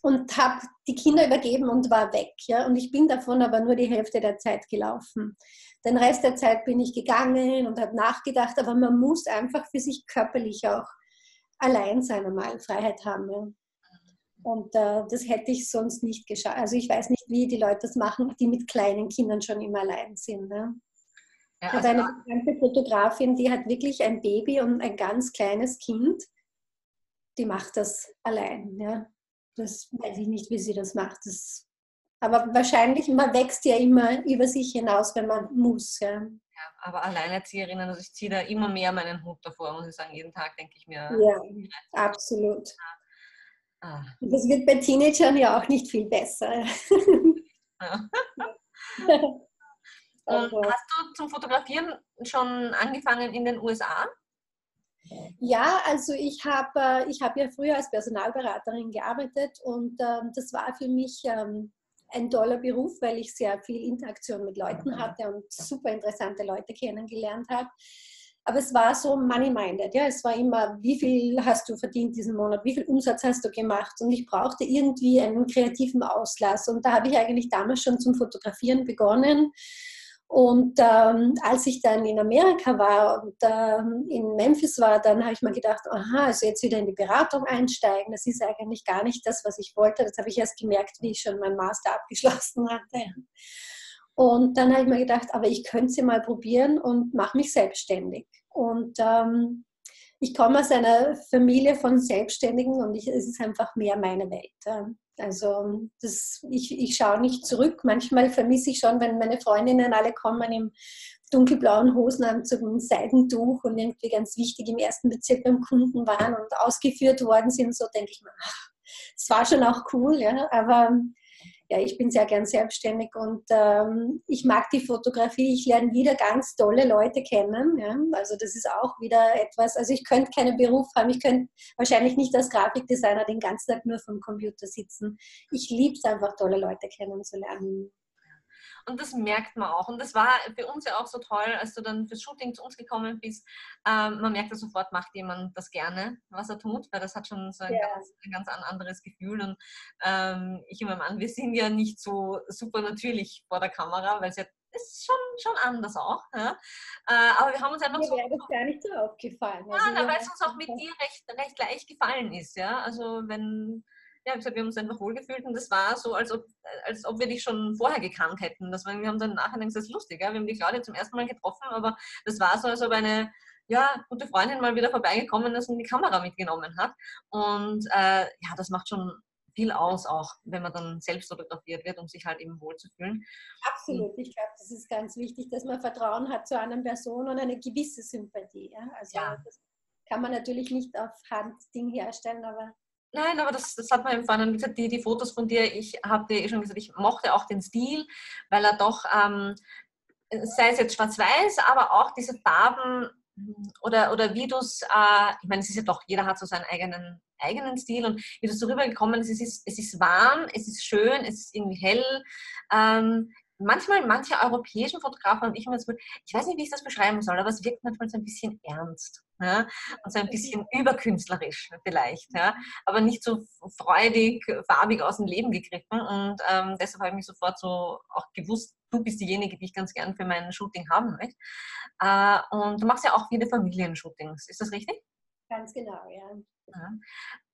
Speaker 2: und habe die Kinder übergeben und war weg. Ja? Und ich bin davon aber nur die Hälfte der Zeit gelaufen. Den Rest der Zeit bin ich gegangen und habe nachgedacht, aber man muss einfach für sich körperlich auch allein sein einmal, Freiheit haben. Ja. Und äh, das hätte ich sonst nicht geschafft. Also ich weiß nicht, wie die Leute das machen, die mit kleinen Kindern schon immer allein sind. Ne? Ja, ich also habe eine bekannte Fotografin, die hat wirklich ein Baby und ein ganz kleines Kind. Die macht das allein. Ja? Das weiß ich nicht, wie sie das macht. Das, aber wahrscheinlich, man wächst ja immer über sich hinaus, wenn man muss. Ja?
Speaker 1: Ja, aber Alleinerzieherinnen, also ich ziehe da immer mehr meinen Hut davor, muss ich sagen. Jeden Tag denke ich mir. Ja,
Speaker 2: absolut. Ah. Das wird bei Teenagern ja auch nicht viel besser. Ja. Ähm,
Speaker 1: also. hast du zum Fotografieren schon angefangen in den USA?
Speaker 2: Ja, also ich habe ich hab ja früher als Personalberaterin gearbeitet und ähm, das war für mich ähm, ein toller Beruf, weil ich sehr viel Interaktion mit Leuten hatte und super interessante Leute kennengelernt habe. Aber es war so money-minded. Ja? Es war immer, wie viel hast du verdient diesen Monat, wie viel Umsatz hast du gemacht? Und ich brauchte irgendwie einen kreativen Auslass. Und da habe ich eigentlich damals schon zum Fotografieren begonnen. Und ähm, als ich dann in Amerika war und ähm, in Memphis war, dann habe ich mir gedacht, aha, also jetzt wieder in die Beratung einsteigen, das ist eigentlich gar nicht das, was ich wollte. Das habe ich erst gemerkt, wie ich schon meinen Master abgeschlossen hatte. Und dann habe ich mir gedacht, aber ich könnte es ja mal probieren und mache mich selbstständig. Und ähm, ich komme aus einer Familie von Selbstständigen und ich, es ist einfach mehr meine Welt. Also das, ich, ich schaue nicht zurück. Manchmal vermisse ich schon, wenn meine Freundinnen alle kommen im dunkelblauen Hosenanzug, im Seidentuch und irgendwie ganz wichtig im ersten Bezirk beim Kunden waren und ausgeführt worden sind. So denke ich mir, es war schon auch cool, ja, aber ja, ich bin sehr gern selbstständig und ähm, ich mag die Fotografie. Ich lerne wieder ganz tolle Leute kennen. Ja? Also das ist auch wieder etwas. Also ich könnte keinen Beruf haben. Ich könnte wahrscheinlich nicht als Grafikdesigner den ganzen Tag nur vom Computer sitzen. Ich liebe es einfach, tolle Leute kennenzulernen.
Speaker 1: Und das merkt man auch. Und das war für uns ja auch so toll, als du dann fürs Shooting zu uns gekommen bist. Ähm, man merkt ja sofort, macht jemand das gerne, was er tut, weil das hat schon so ein, ja. ganz, ein ganz, anderes Gefühl. Und ähm, ich und mein Mann, wir sind ja nicht so super natürlich vor der Kamera, weil es ja ist schon, schon anders auch. Ja? Äh, aber wir haben uns einfach
Speaker 2: Mir so. Mir wäre das gar nicht so aufgefallen.
Speaker 1: Ja, also, weil es uns auch mit dir recht, recht leicht gefallen ist. Ja? Also, wenn ja, wie gesagt, wir haben uns einfach wohlgefühlt und das war so, als ob, als ob wir dich schon vorher gekannt hätten. Das war, wir haben dann nachher das ist lustig, ja? wir haben die Claudia zum ersten Mal getroffen, aber das war so, als ob eine ja, gute Freundin mal wieder vorbeigekommen ist und die Kamera mitgenommen hat. Und äh, ja, das macht schon viel aus, auch wenn man dann selbst fotografiert wird, um sich halt eben wohlzufühlen.
Speaker 2: Absolut, ich glaube, das ist ganz wichtig, dass man Vertrauen hat zu einer Person und eine gewisse Sympathie. Ja? Also ja. das kann man natürlich nicht auf Handding herstellen, aber
Speaker 1: Nein, aber das, das hat man empfunden. Wie gesagt, die, die Fotos von dir, ich habe dir eh schon gesagt, ich mochte auch den Stil, weil er doch, ähm, sei es jetzt schwarz-weiß, aber auch diese Farben hm, oder, oder wie du es, äh, ich meine, es ist ja doch, jeder hat so seinen eigenen, eigenen Stil und wie du so rübergekommen ist, es ist, es ist warm, es ist schön, es ist irgendwie hell. Ähm, manchmal, manche europäischen Fotografen und ich immer so, ich weiß nicht, wie ich das beschreiben soll, aber es wirkt manchmal so ein bisschen ernst. Ja, und so ein bisschen überkünstlerisch vielleicht, ja, aber nicht so freudig, farbig aus dem Leben gegriffen. Und ähm, deshalb habe ich mich sofort so auch gewusst, du bist diejenige, die ich ganz gern für mein Shooting haben möchte. Äh, und du machst ja auch viele Familienshootings, ist das richtig?
Speaker 2: Ganz genau, ja. ja.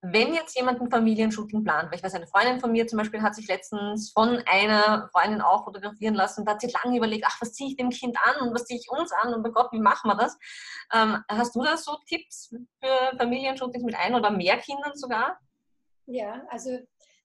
Speaker 1: Wenn jetzt jemand ein Familienshooting plant, weil ich weiß, eine Freundin von mir zum Beispiel hat sich letztens von einer Freundin auch fotografieren lassen, da hat sie lange überlegt, ach, was ziehe ich dem Kind an und was ziehe ich uns an und bei Gott, wie machen wir das? Ähm, hast du da so Tipps für Familienshootings mit ein oder mehr Kindern sogar?
Speaker 2: Ja, also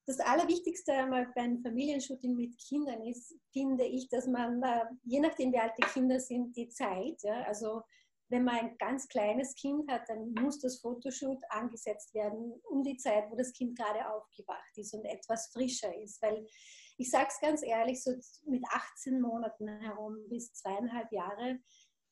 Speaker 2: das Allerwichtigste einmal beim Familienshooting mit Kindern ist, finde ich, dass man, äh, je nachdem wie alt die Kinder sind, die Zeit, ja, also wenn man ein ganz kleines Kind hat, dann muss das Fotoshoot angesetzt werden um die Zeit, wo das Kind gerade aufgewacht ist und etwas frischer ist. Weil ich sage es ganz ehrlich, so mit 18 Monaten herum bis zweieinhalb Jahre,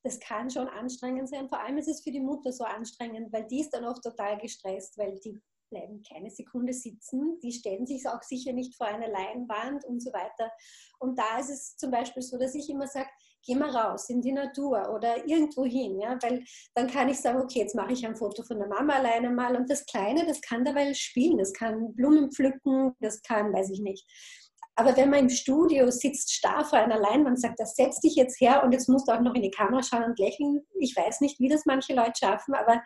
Speaker 2: das kann schon anstrengend sein. Vor allem ist es für die Mutter so anstrengend, weil die ist dann oft total gestresst, weil die bleiben keine Sekunde sitzen, die stellen sich auch sicher nicht vor einer Leinwand und so weiter. Und da ist es zum Beispiel so, dass ich immer sage, geh mal raus in die Natur oder irgendwo hin, ja? weil dann kann ich sagen, okay, jetzt mache ich ein Foto von der Mama alleine mal und das Kleine, das kann dabei spielen, das kann Blumen pflücken, das kann, weiß ich nicht. Aber wenn man im Studio sitzt, starr vor einer Leinwand, sagt, das setz dich jetzt her und jetzt musst du auch noch in die Kamera schauen und lächeln. Ich weiß nicht, wie das manche Leute schaffen, aber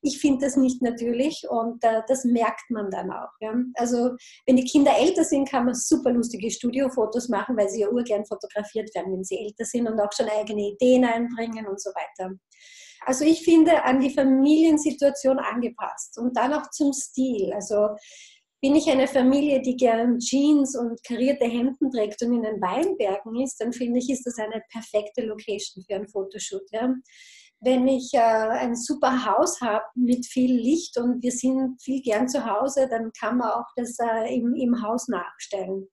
Speaker 2: ich finde das nicht natürlich und äh, das merkt man dann auch. Ja? Also wenn die Kinder älter sind, kann man super lustige Studiofotos machen, weil sie ja urgern fotografiert werden, wenn sie älter sind und auch schon eigene Ideen einbringen und so weiter. Also ich finde an die Familiensituation angepasst und dann auch zum Stil. Also bin ich eine Familie, die gern Jeans und karierte Hemden trägt und in den Weinbergen ist, dann finde ich, ist das eine perfekte Location für ein Fotoshoot. Ja? Wenn ich äh, ein super Haus habe mit viel Licht und wir sind viel gern zu Hause, dann kann man auch das äh, im, im Haus nachstellen.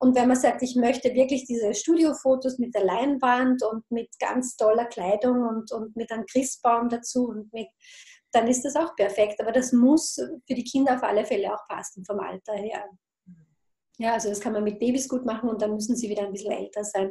Speaker 2: Und wenn man sagt, ich möchte wirklich diese Studiofotos mit der Leinwand und mit ganz toller Kleidung und, und mit einem Christbaum dazu und mit dann ist das auch perfekt. Aber das muss für die Kinder auf alle Fälle auch passen vom Alter her. Ja, also das kann man mit Babys gut machen und dann müssen sie wieder ein bisschen älter sein.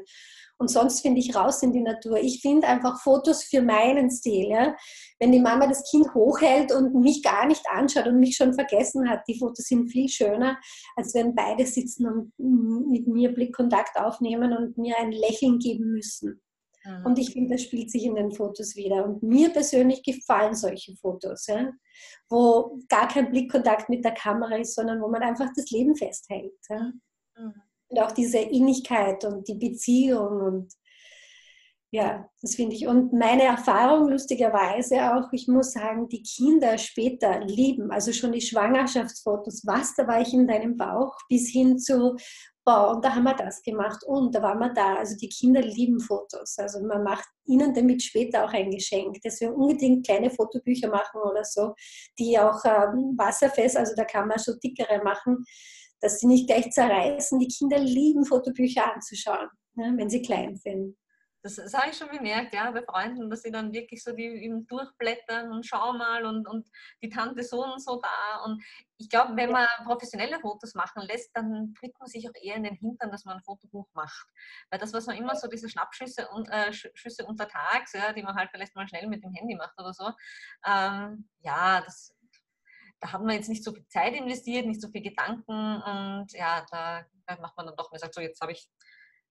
Speaker 2: Und sonst finde ich raus in die Natur. Ich finde einfach Fotos für meinen Stil. Ja? Wenn die Mama das Kind hochhält und mich gar nicht anschaut und mich schon vergessen hat, die Fotos sind viel schöner, als wenn beide sitzen und mit mir Blickkontakt aufnehmen und mir ein Lächeln geben müssen. Und ich finde, das spielt sich in den Fotos wieder. Und mir persönlich gefallen solche Fotos, ja? wo gar kein Blickkontakt mit der Kamera ist, sondern wo man einfach das Leben festhält. Ja? Mhm. Und auch diese Innigkeit und die Beziehung und ja, das finde ich. Und meine Erfahrung lustigerweise auch, ich muss sagen, die Kinder später lieben, also schon die Schwangerschaftsfotos, was, da war ich in deinem Bauch, bis hin zu, boah, und da haben wir das gemacht und da waren wir da. Also die Kinder lieben Fotos. Also man macht ihnen damit später auch ein Geschenk. Deswegen unbedingt kleine Fotobücher machen oder so, die auch ähm, wasserfest, also da kann man so dickere machen, dass sie nicht gleich zerreißen. Die Kinder lieben Fotobücher anzuschauen, ne, wenn sie klein sind.
Speaker 1: Das, das habe ich schon bemerkt, ja, bei Freunden, dass sie dann wirklich so die eben durchblättern und schau mal und, und die Tante so und so da. Und ich glaube, wenn man professionelle Fotos machen lässt, dann tritt man sich auch eher in den Hintern, dass man ein Fotobuch macht. Weil das, was man immer so, diese Schnappschüsse und, äh, Schüsse untertags, ja, die man halt vielleicht mal schnell mit dem Handy macht oder so, ähm, ja, das, da haben wir jetzt nicht so viel Zeit investiert, nicht so viel Gedanken und ja, da, da macht man dann doch, man sagt so, jetzt habe ich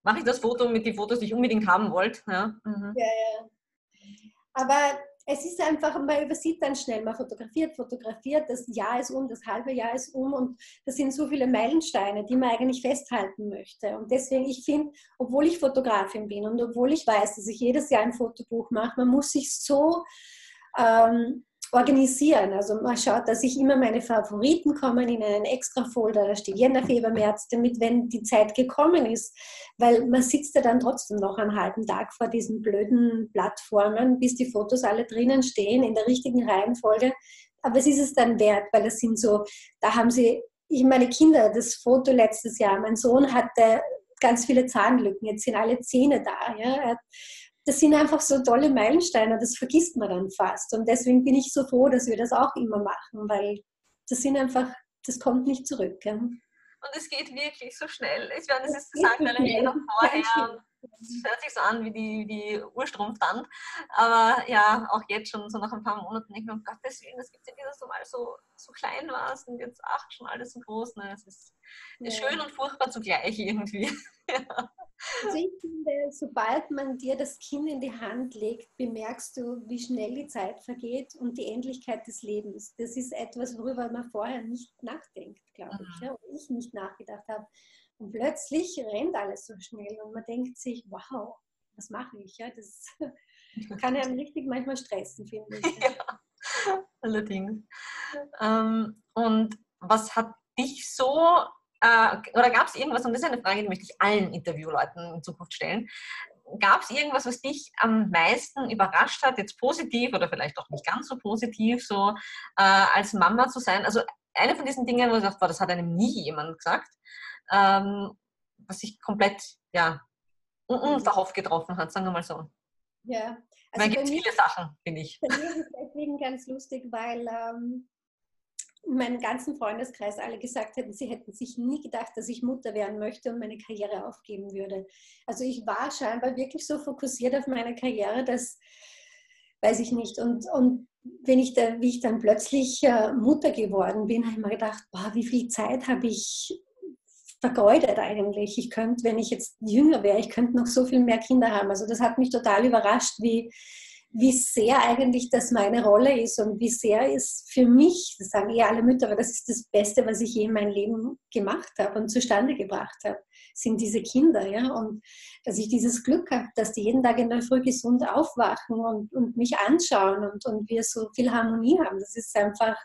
Speaker 1: mache ich das Foto mit den Fotos, die ich unbedingt haben wollte. Ja. Mhm.
Speaker 2: ja. ja, Aber es ist einfach, man übersieht dann schnell, man fotografiert, fotografiert, das Jahr ist um, das halbe Jahr ist um und das sind so viele Meilensteine, die man eigentlich festhalten möchte. Und deswegen, ich finde, obwohl ich Fotografin bin und obwohl ich weiß, dass ich jedes Jahr ein Fotobuch mache, man muss sich so ähm, organisieren. Also man schaut, dass ich immer meine Favoriten kommen in einen Extra-Folder, da steht Jännerfieber, März, damit, wenn die Zeit gekommen ist, weil man sitzt ja dann trotzdem noch einen halben Tag vor diesen blöden Plattformen, bis die Fotos alle drinnen stehen, in der richtigen Reihenfolge. Aber es ist es dann wert, weil es sind so, da haben sie, ich meine Kinder, das Foto letztes Jahr, mein Sohn hatte ganz viele Zahnlücken, jetzt sind alle Zähne da. Ja? das sind einfach so tolle Meilensteine, das vergisst man dann fast. Und deswegen bin ich so froh, dass wir das auch immer machen, weil das sind einfach, das kommt nicht zurück. Ja.
Speaker 1: Und Und es geht wirklich so schnell. Ich werde es jetzt sagen, alle Räder vorher. Es hört sich so an wie die, die Urstromstand. Aber ja, auch jetzt schon so nach ein paar Monaten denke ich mir, um Gottes Willen, das gibt ja wieder so mal so, so klein war es und jetzt ach, schon alles so groß. Ne? Es ist, ist ja. schön und furchtbar zugleich irgendwie. ja.
Speaker 2: Also ich finde, sobald man dir das Kinn in die Hand legt, bemerkst du, wie schnell die Zeit vergeht und die Endlichkeit des Lebens. Das ist etwas, worüber man vorher nicht nachdenkt, glaube ich. Mhm. Ja, und ich nicht nachgedacht habe. Und plötzlich rennt alles so schnell und man denkt sich, wow, was mache ich? Ja, das kann einem richtig manchmal stressen, finde ich.
Speaker 1: Ja, allerdings. Ähm, und was hat dich so äh, oder gab es irgendwas, und das ist eine Frage, die möchte ich allen Interviewleuten in Zukunft stellen, gab es irgendwas, was dich am meisten überrascht hat, jetzt positiv oder vielleicht auch nicht ganz so positiv, so äh, als Mama zu sein? Also eine von diesen Dingen, wo ich dachte, boah, das hat einem nie jemand gesagt, ähm, was sich komplett, ja, unverhofft getroffen hat, sagen wir mal so.
Speaker 2: Ja.
Speaker 1: Also Weil gibt viele Sachen, finde ich.
Speaker 2: Bei mir ist es deswegen ganz lustig, weil ähm meinen ganzen Freundeskreis alle gesagt hätten, sie hätten sich nie gedacht, dass ich Mutter werden möchte und meine Karriere aufgeben würde. Also ich war scheinbar wirklich so fokussiert auf meine Karriere, dass, weiß ich nicht. Und, und wenn ich da, wie ich dann plötzlich äh, Mutter geworden bin, habe ich mir gedacht, boah, wie viel Zeit habe ich vergeudet eigentlich. Ich könnte, wenn ich jetzt jünger wäre, ich könnte noch so viel mehr Kinder haben. Also das hat mich total überrascht, wie, wie sehr eigentlich das meine Rolle ist und wie sehr es für mich, das sagen eh alle Mütter, aber das ist das Beste, was ich je in meinem Leben gemacht habe und zustande gebracht habe, sind diese Kinder. Ja? Und dass ich dieses Glück habe, dass die jeden Tag in der Früh gesund aufwachen und, und mich anschauen und, und wir so viel Harmonie haben. Das ist einfach,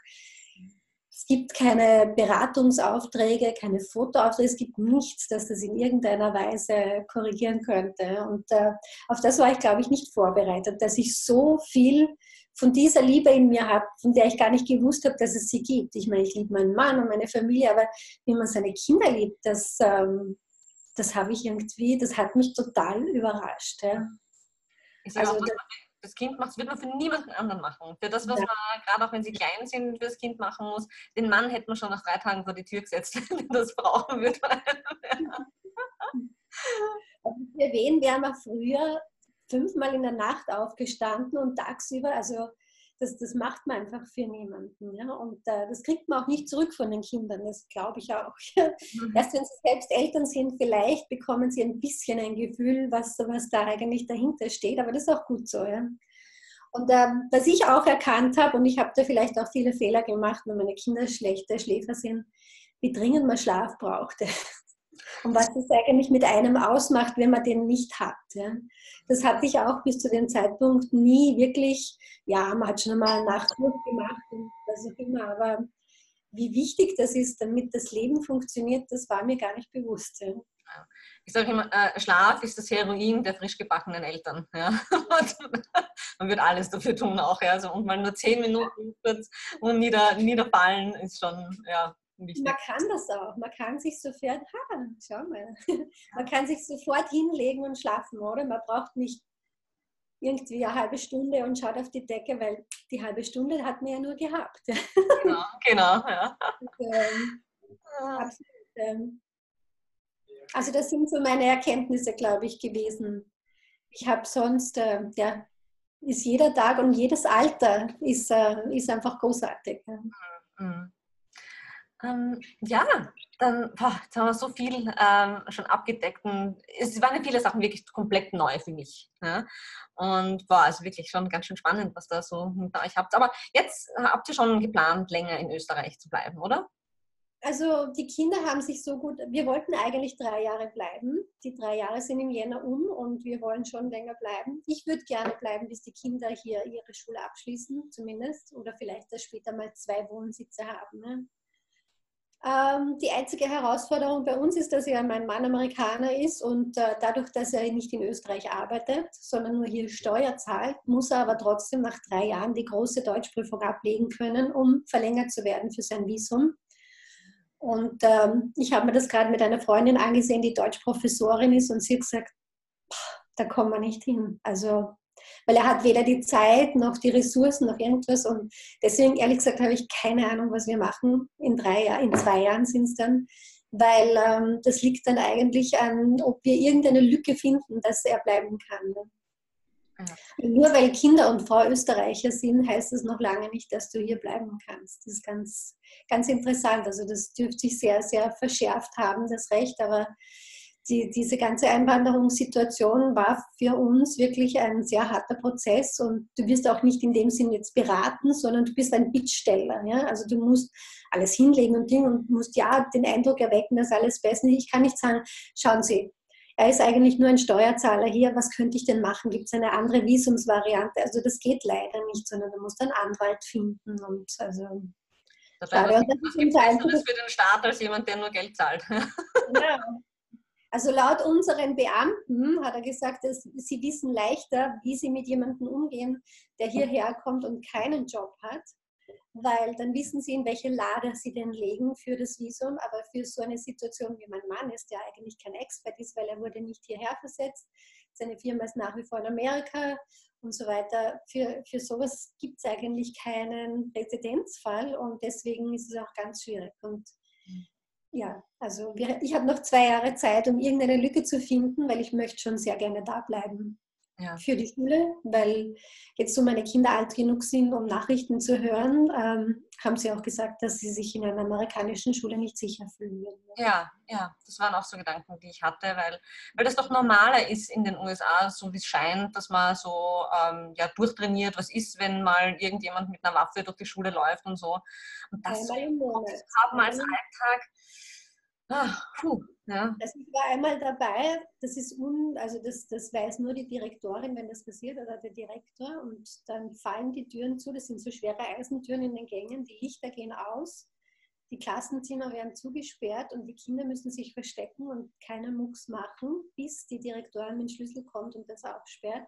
Speaker 2: es gibt keine Beratungsaufträge, keine Fotoaufträge, es gibt nichts, dass das in irgendeiner Weise korrigieren könnte. Und äh, auf das war ich, glaube ich, nicht vorbereitet, dass ich so viel von dieser Liebe in mir habe, von der ich gar nicht gewusst habe, dass es sie gibt. Ich meine, ich liebe meinen Mann und meine Familie, aber wie man seine Kinder liebt, das, ähm, das habe ich irgendwie, das hat mich total überrascht. Ja.
Speaker 1: Also, das, das Kind macht, das wird man für niemanden anderen machen. Für das, was ja. man, gerade auch wenn sie klein sind, für das Kind machen muss, den Mann hätte man schon nach drei Tagen vor die Tür gesetzt, wenn das brauchen würde.
Speaker 2: Also Wir Wehen wären wir früher fünfmal in der Nacht aufgestanden und tagsüber, also das, das macht man einfach für niemanden. Ja? Und äh, das kriegt man auch nicht zurück von den Kindern, das glaube ich auch. Mhm. Erst wenn sie selbst Eltern sind, vielleicht bekommen sie ein bisschen ein Gefühl, was, was da eigentlich dahinter steht, aber das ist auch gut so. Ja? Und äh, was ich auch erkannt habe, und ich habe da vielleicht auch viele Fehler gemacht, wenn meine Kinder schlechte Schläfer sind, wie dringend man Schlaf brauchte. Und was das eigentlich mit einem ausmacht, wenn man den nicht hat. Ja. Das hatte ich auch bis zu dem Zeitpunkt nie wirklich. Ja, man hat schon mal Nacht gemacht und was auch immer, aber wie wichtig das ist, damit das Leben funktioniert, das war mir gar nicht bewusst. Ja.
Speaker 1: Ich sage immer, äh, Schlaf ist das Heroin der frisch gebackenen Eltern. Ja. man wird alles dafür tun auch. Ja. Also, und mal nur zehn Minuten kurz und nieder, niederfallen ist schon ja,
Speaker 2: Wichtig. Man kann das auch. Man kann sich sofort, ha, schau mal, man kann sich sofort hinlegen und schlafen, oder? Man braucht nicht irgendwie eine halbe Stunde und schaut auf die Decke, weil die halbe Stunde hat man ja nur gehabt.
Speaker 1: Genau, genau, ja.
Speaker 2: Und, ähm, absolut, ähm, also das sind so meine Erkenntnisse, glaube ich, gewesen. Ich habe sonst, äh, ja, ist jeder Tag und jedes Alter ist, äh, ist einfach großartig. Ja. Mhm.
Speaker 1: Ähm, ja, dann boah, jetzt haben wir so viel ähm, schon abgedeckt. Und es waren ja viele Sachen wirklich komplett neu für mich. Ne? Und war also wirklich schon ganz schön spannend, was da so hinter euch habt. Aber jetzt äh, habt ihr schon geplant, länger in Österreich zu bleiben, oder?
Speaker 2: Also die Kinder haben sich so gut, wir wollten eigentlich drei Jahre bleiben. Die drei Jahre sind im Jänner um und wir wollen schon länger bleiben. Ich würde gerne bleiben, bis die Kinder hier ihre Schule abschließen, zumindest. Oder vielleicht, dass später mal zwei Wohnsitze haben. Ne? Ähm, die einzige Herausforderung bei uns ist, dass ja mein Mann Amerikaner ist und äh, dadurch, dass er nicht in Österreich arbeitet, sondern nur hier Steuer zahlt, muss er aber trotzdem nach drei Jahren die große Deutschprüfung ablegen können, um verlängert zu werden für sein Visum. Und ähm, ich habe mir das gerade mit einer Freundin angesehen, die Deutschprofessorin ist, und sie hat gesagt, da kommen wir nicht hin. Also weil er hat weder die Zeit noch die Ressourcen noch irgendwas und deswegen ehrlich gesagt habe ich keine Ahnung, was wir machen. In drei Jahren, in zwei Jahren sind es dann. weil ähm, das liegt dann eigentlich an, ob wir irgendeine Lücke finden, dass er bleiben kann. Ja. Nur weil Kinder und Frau Österreicher sind, heißt es noch lange nicht, dass du hier bleiben kannst. Das ist ganz, ganz interessant. Also das dürfte sich sehr, sehr verschärft haben, das Recht. Aber die, diese ganze Einwanderungssituation war für uns wirklich ein sehr harter Prozess. Und du wirst auch nicht in dem Sinn jetzt beraten, sondern du bist ein Bittsteller. Ja? Also du musst alles hinlegen und Ding und musst ja den Eindruck erwecken, dass alles besser ist. Ich kann nicht sagen, schauen Sie, er ist eigentlich nur ein Steuerzahler hier, was könnte ich denn machen? Gibt es eine andere Visumsvariante? Also das geht leider nicht, sondern du musst einen Anwalt finden und also.
Speaker 1: Dabei, was, was gibt es für den Staat als jemand, der nur Geld zahlt?
Speaker 2: Ja. Genau. Also laut unseren Beamten hat er gesagt, dass sie wissen leichter, wie sie mit jemandem umgehen, der hierher kommt und keinen Job hat weil dann wissen sie, in welche Lade sie denn legen für das Visum. Aber für so eine Situation wie mein Mann ist, der eigentlich kein Expert ist, weil er wurde nicht hierher versetzt, seine Firma ist nach wie vor in Amerika und so weiter. Für, für sowas gibt es eigentlich keinen Präzedenzfall und deswegen ist es auch ganz schwierig. Und ja, also wir, ich habe noch zwei Jahre Zeit, um irgendeine Lücke zu finden, weil ich möchte schon sehr gerne da bleiben. Ja. für die Schule, weil jetzt so meine Kinder alt genug sind, um Nachrichten zu hören, ähm, haben sie auch gesagt, dass sie sich in einer amerikanischen Schule nicht sicher fühlen würden.
Speaker 1: Ja, ja, das waren auch so Gedanken, die ich hatte, weil, weil das doch normaler ist in den USA, so wie es scheint, dass man so ähm, ja, durchtrainiert, was ist, wenn mal irgendjemand mit einer Waffe durch die Schule läuft und so. Und
Speaker 2: Äh,
Speaker 1: das, so, das haben
Speaker 2: Mhm.
Speaker 1: als Alltag.
Speaker 2: Ah, puh, ja. Also ich war einmal dabei, das ist un, also das, das weiß nur die Direktorin, wenn das passiert, oder der Direktor, und dann fallen die Türen zu, das sind so schwere Eisentüren in den Gängen, die Lichter gehen aus, die Klassenzimmer werden zugesperrt und die Kinder müssen sich verstecken und keiner Mucks machen, bis die Direktorin mit dem Schlüssel kommt und das aufsperrt.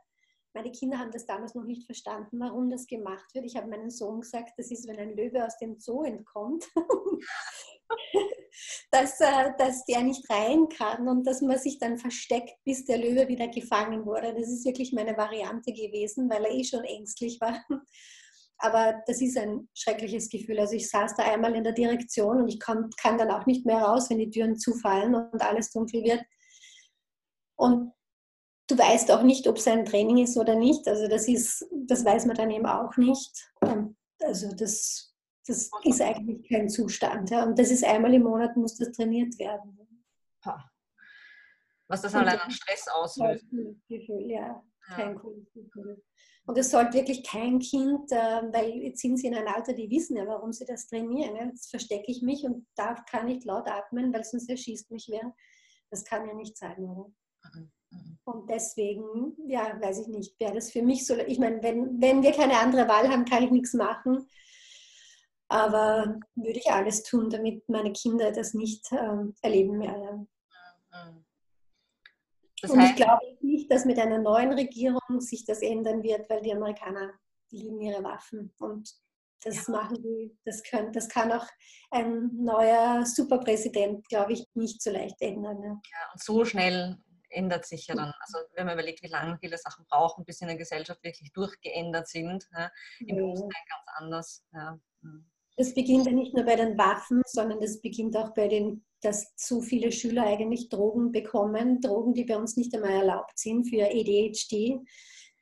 Speaker 2: Meine Kinder haben das damals noch nicht verstanden, warum das gemacht wird. Ich habe meinem Sohn gesagt, das ist, wenn ein Löwe aus dem Zoo entkommt, dass, äh, dass der nicht rein kann und dass man sich dann versteckt, bis der Löwe wieder gefangen wurde. Das ist wirklich meine Variante gewesen, weil er eh schon ängstlich war. Aber das ist ein schreckliches Gefühl. Also ich saß da einmal in der Direktion und ich kann, kann dann auch nicht mehr raus, wenn die Türen zufallen und alles dunkel wird. Und du weißt auch nicht, ob es ein Training ist oder nicht. Also das ist, das weiß man dann eben auch nicht. Also das, das ist eigentlich kein Zustand. Ja. Und das ist einmal im Monat muss das trainiert werden.
Speaker 1: Was das allein an Stress auslöst.
Speaker 2: Gefühl, ja. Kein ja. cooles Gefühl. Und es sollte wirklich kein Kind, äh, weil jetzt sind sie in einem Alter, die wissen ja, warum sie das trainieren. Jetzt verstecke ich mich und darf kann nicht laut atmen, weil sonst erschießt mich wer. Das kann ja nicht sein, oder? Mhm.
Speaker 1: Mm,
Speaker 2: Und deswegen, ja, weiß ich nicht, wäre das für mich so. Ich meine, wenn, wenn wir keine andere Wahl haben, kann ich nichts machen. Aber würde ich alles tun, damit meine Kinder das nicht ähm, erleben mehr.
Speaker 1: mm.
Speaker 2: Das heißt, Und ich glaube nicht, dass mit einer neuen Regierung sich das ändern wird, weil die Amerikaner lieben ihre Waffen. Und das ja. machen die, das, können, das kann auch ein neuer Superpräsident, glaube ich, nicht so leicht ändern.
Speaker 1: Ja, ja und so schnell ändert sich ja dann. Also wenn man überlegt, wie lange viele Sachen brauchen, bis sie in der Gesellschaft wirklich durchgeändert sind, ja, im ja. Bewusstsein ganz anders. Ja. Mhm.
Speaker 2: Das beginnt ja nicht nur bei den Waffen, sondern das beginnt auch bei den, dass zu viele Schüler eigentlich Drogen bekommen, Drogen, die bei uns nicht einmal erlaubt sind für ADHD,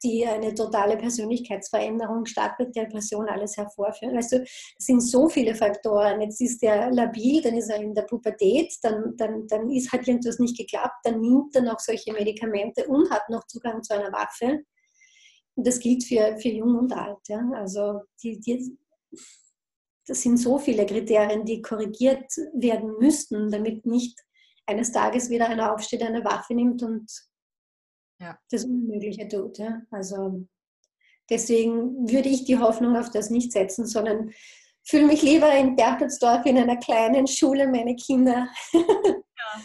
Speaker 2: die eine totale Persönlichkeitsveränderung, starke Depression, alles hervorführen. Weißt du, es sind so viele Faktoren. Jetzt ist er labil, dann ist er in der Pubertät, dann, dann, dann ist, hat irgendwas nicht geklappt, dann nimmt er noch solche Medikamente und hat noch Zugang zu einer Waffe. Und das gilt für, für Jung und Alt. Ja? Also die, die, das sind so viele Kriterien, die korrigiert werden müssten, damit nicht eines Tages wieder einer aufsteht, eine Waffe nimmt und ja. das Unmögliche tut. Ja? Also deswegen würde ich die Hoffnung auf das nicht setzen, sondern fühle mich lieber in Berchtesdorf in einer kleinen Schule meine Kinder ja.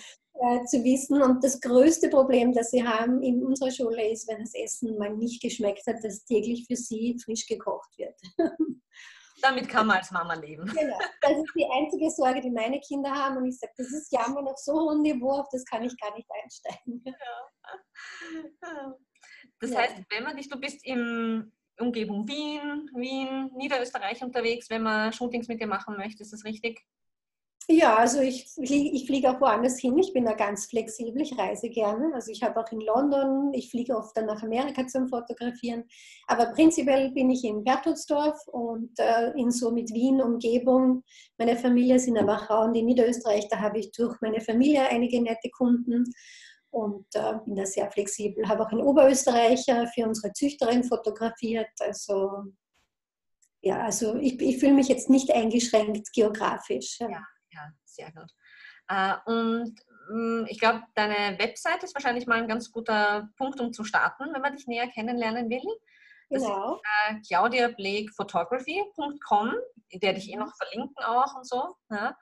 Speaker 2: Äh, zu wissen. Und das größte Problem, das sie haben in unserer Schule, ist, wenn das Essen mal nicht geschmeckt hat, dass täglich für sie frisch gekocht wird.
Speaker 1: Damit kann man als Mama leben.
Speaker 2: Genau. Das ist die einzige Sorge, die meine Kinder haben. Und ich sage, das ist ja noch so hohem Niveau, auf das kann ich gar nicht einsteigen.
Speaker 1: Ja. Das ja. heißt, wenn man dich, du bist in Umgebung Wien, Wien, Niederösterreich unterwegs, wenn man Shootings mit dir machen möchte, ist das richtig?
Speaker 2: Ja, also ich fliege ich flieg auch woanders hin. Ich bin da ganz flexibel. Ich reise gerne. Also ich habe auch in London, ich fliege oft dann nach Amerika zum Fotografieren. Aber prinzipiell bin ich in Bertelsdorf und äh, in so mit Wien Umgebung. Meine Familie sind aber Frauen in Niederösterreich. Da habe ich durch meine Familie einige nette Kunden und äh, bin da sehr flexibel. Habe auch in Oberösterreich äh, für unsere Züchterin fotografiert. Also ja, also ich, ich fühle mich jetzt nicht eingeschränkt geografisch.
Speaker 1: Ja. Ja, sehr gut. Äh, und mm, ich glaube, deine Website ist wahrscheinlich mal ein ganz guter Punkt, um zu starten, wenn man dich näher kennenlernen will. Das genau. ist claudiablakephotography.com, der dich eh noch verlinken auch und so. Ja.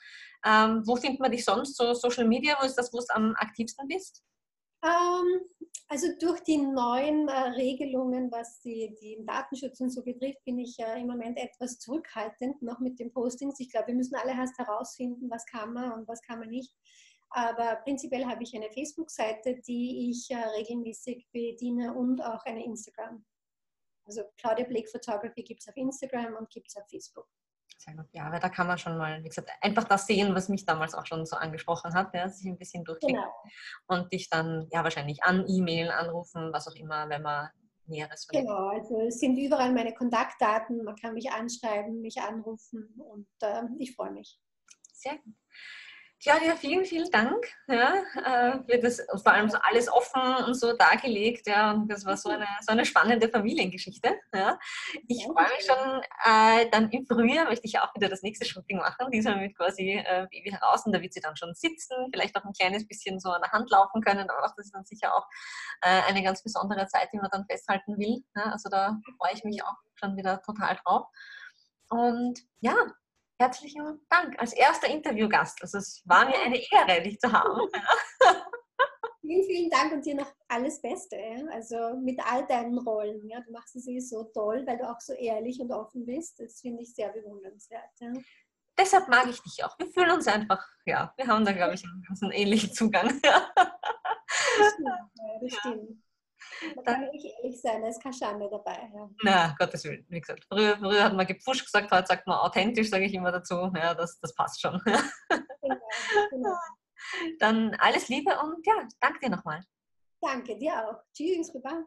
Speaker 1: Ähm, wo findet man dich sonst? So Social Media, wo ist das, wo du am aktivsten bist?
Speaker 2: also durch die neuen äh, Regelungen, was die, die Datenschutz und so betrifft, bin ich im Moment etwas zurückhaltend noch mit den Postings. Ich glaube, wir müssen alle erst herausfinden, was kann man und was kann man nicht. Aber prinzipiell habe ich eine Facebook-Seite, die ich äh, regelmäßig bediene und auch eine Instagram. Also Claudia Blake Photography gibt es auf Instagram und gibt es auf Facebook.
Speaker 1: Ja, weil da kann man schon mal, wie gesagt, einfach das sehen, was mich damals auch schon so angesprochen hat, ja, sich ein bisschen durchklicken genau. und dich dann ja wahrscheinlich an E-Mail anrufen, was auch immer, wenn man Näheres
Speaker 2: von Genau, also es sind überall meine Kontaktdaten, man kann mich anschreiben, mich anrufen und äh, ich freue mich.
Speaker 1: Sehr gut. Claudia, vielen, vielen Dank ja, äh, für das, vor allem so alles offen und so dargelegt. Ja, und das war so eine, so eine spannende Familiengeschichte. Ja. Ich ja, freue mich schon, äh, dann im Frühjahr möchte ich auch wieder das nächste Shooting machen, diesmal mit quasi äh, Baby heraus und da wird sie dann schon sitzen, vielleicht auch ein kleines bisschen so an der Hand laufen können, aber auch das ist dann sicher auch äh, eine ganz besondere Zeit, die man dann festhalten will. Ja. Also da freue ich mich auch schon wieder total drauf. Und ja, herzlichen Dank als erster Interviewgast. Also es war mir eine Ehre, dich zu haben.
Speaker 2: Vielen, vielen Dank und dir noch alles Beste. Also mit all deinen Rollen. Ja. Du machst sie so toll, weil du auch so ehrlich und offen bist. Das finde ich sehr bewundernswert. Ja.
Speaker 1: Deshalb mag ich dich auch. Wir fühlen uns einfach, ja, wir haben da, glaube ich, einen ganz ähnlichen Zugang.
Speaker 2: Ja. Das stimmt. Ja, das stimmt. Man kann nicht ehrlich sein, da ist keine Schande dabei. Ja.
Speaker 1: Na, Gottes Willen, wie gesagt. Früher, früher hat man gepfuscht gesagt, heute sagt man authentisch, sage ich immer dazu. Ja, das, das passt schon. Genau, genau. Dann alles Liebe und ja, danke dir nochmal.
Speaker 2: Danke dir auch. Tschüss, Rüber.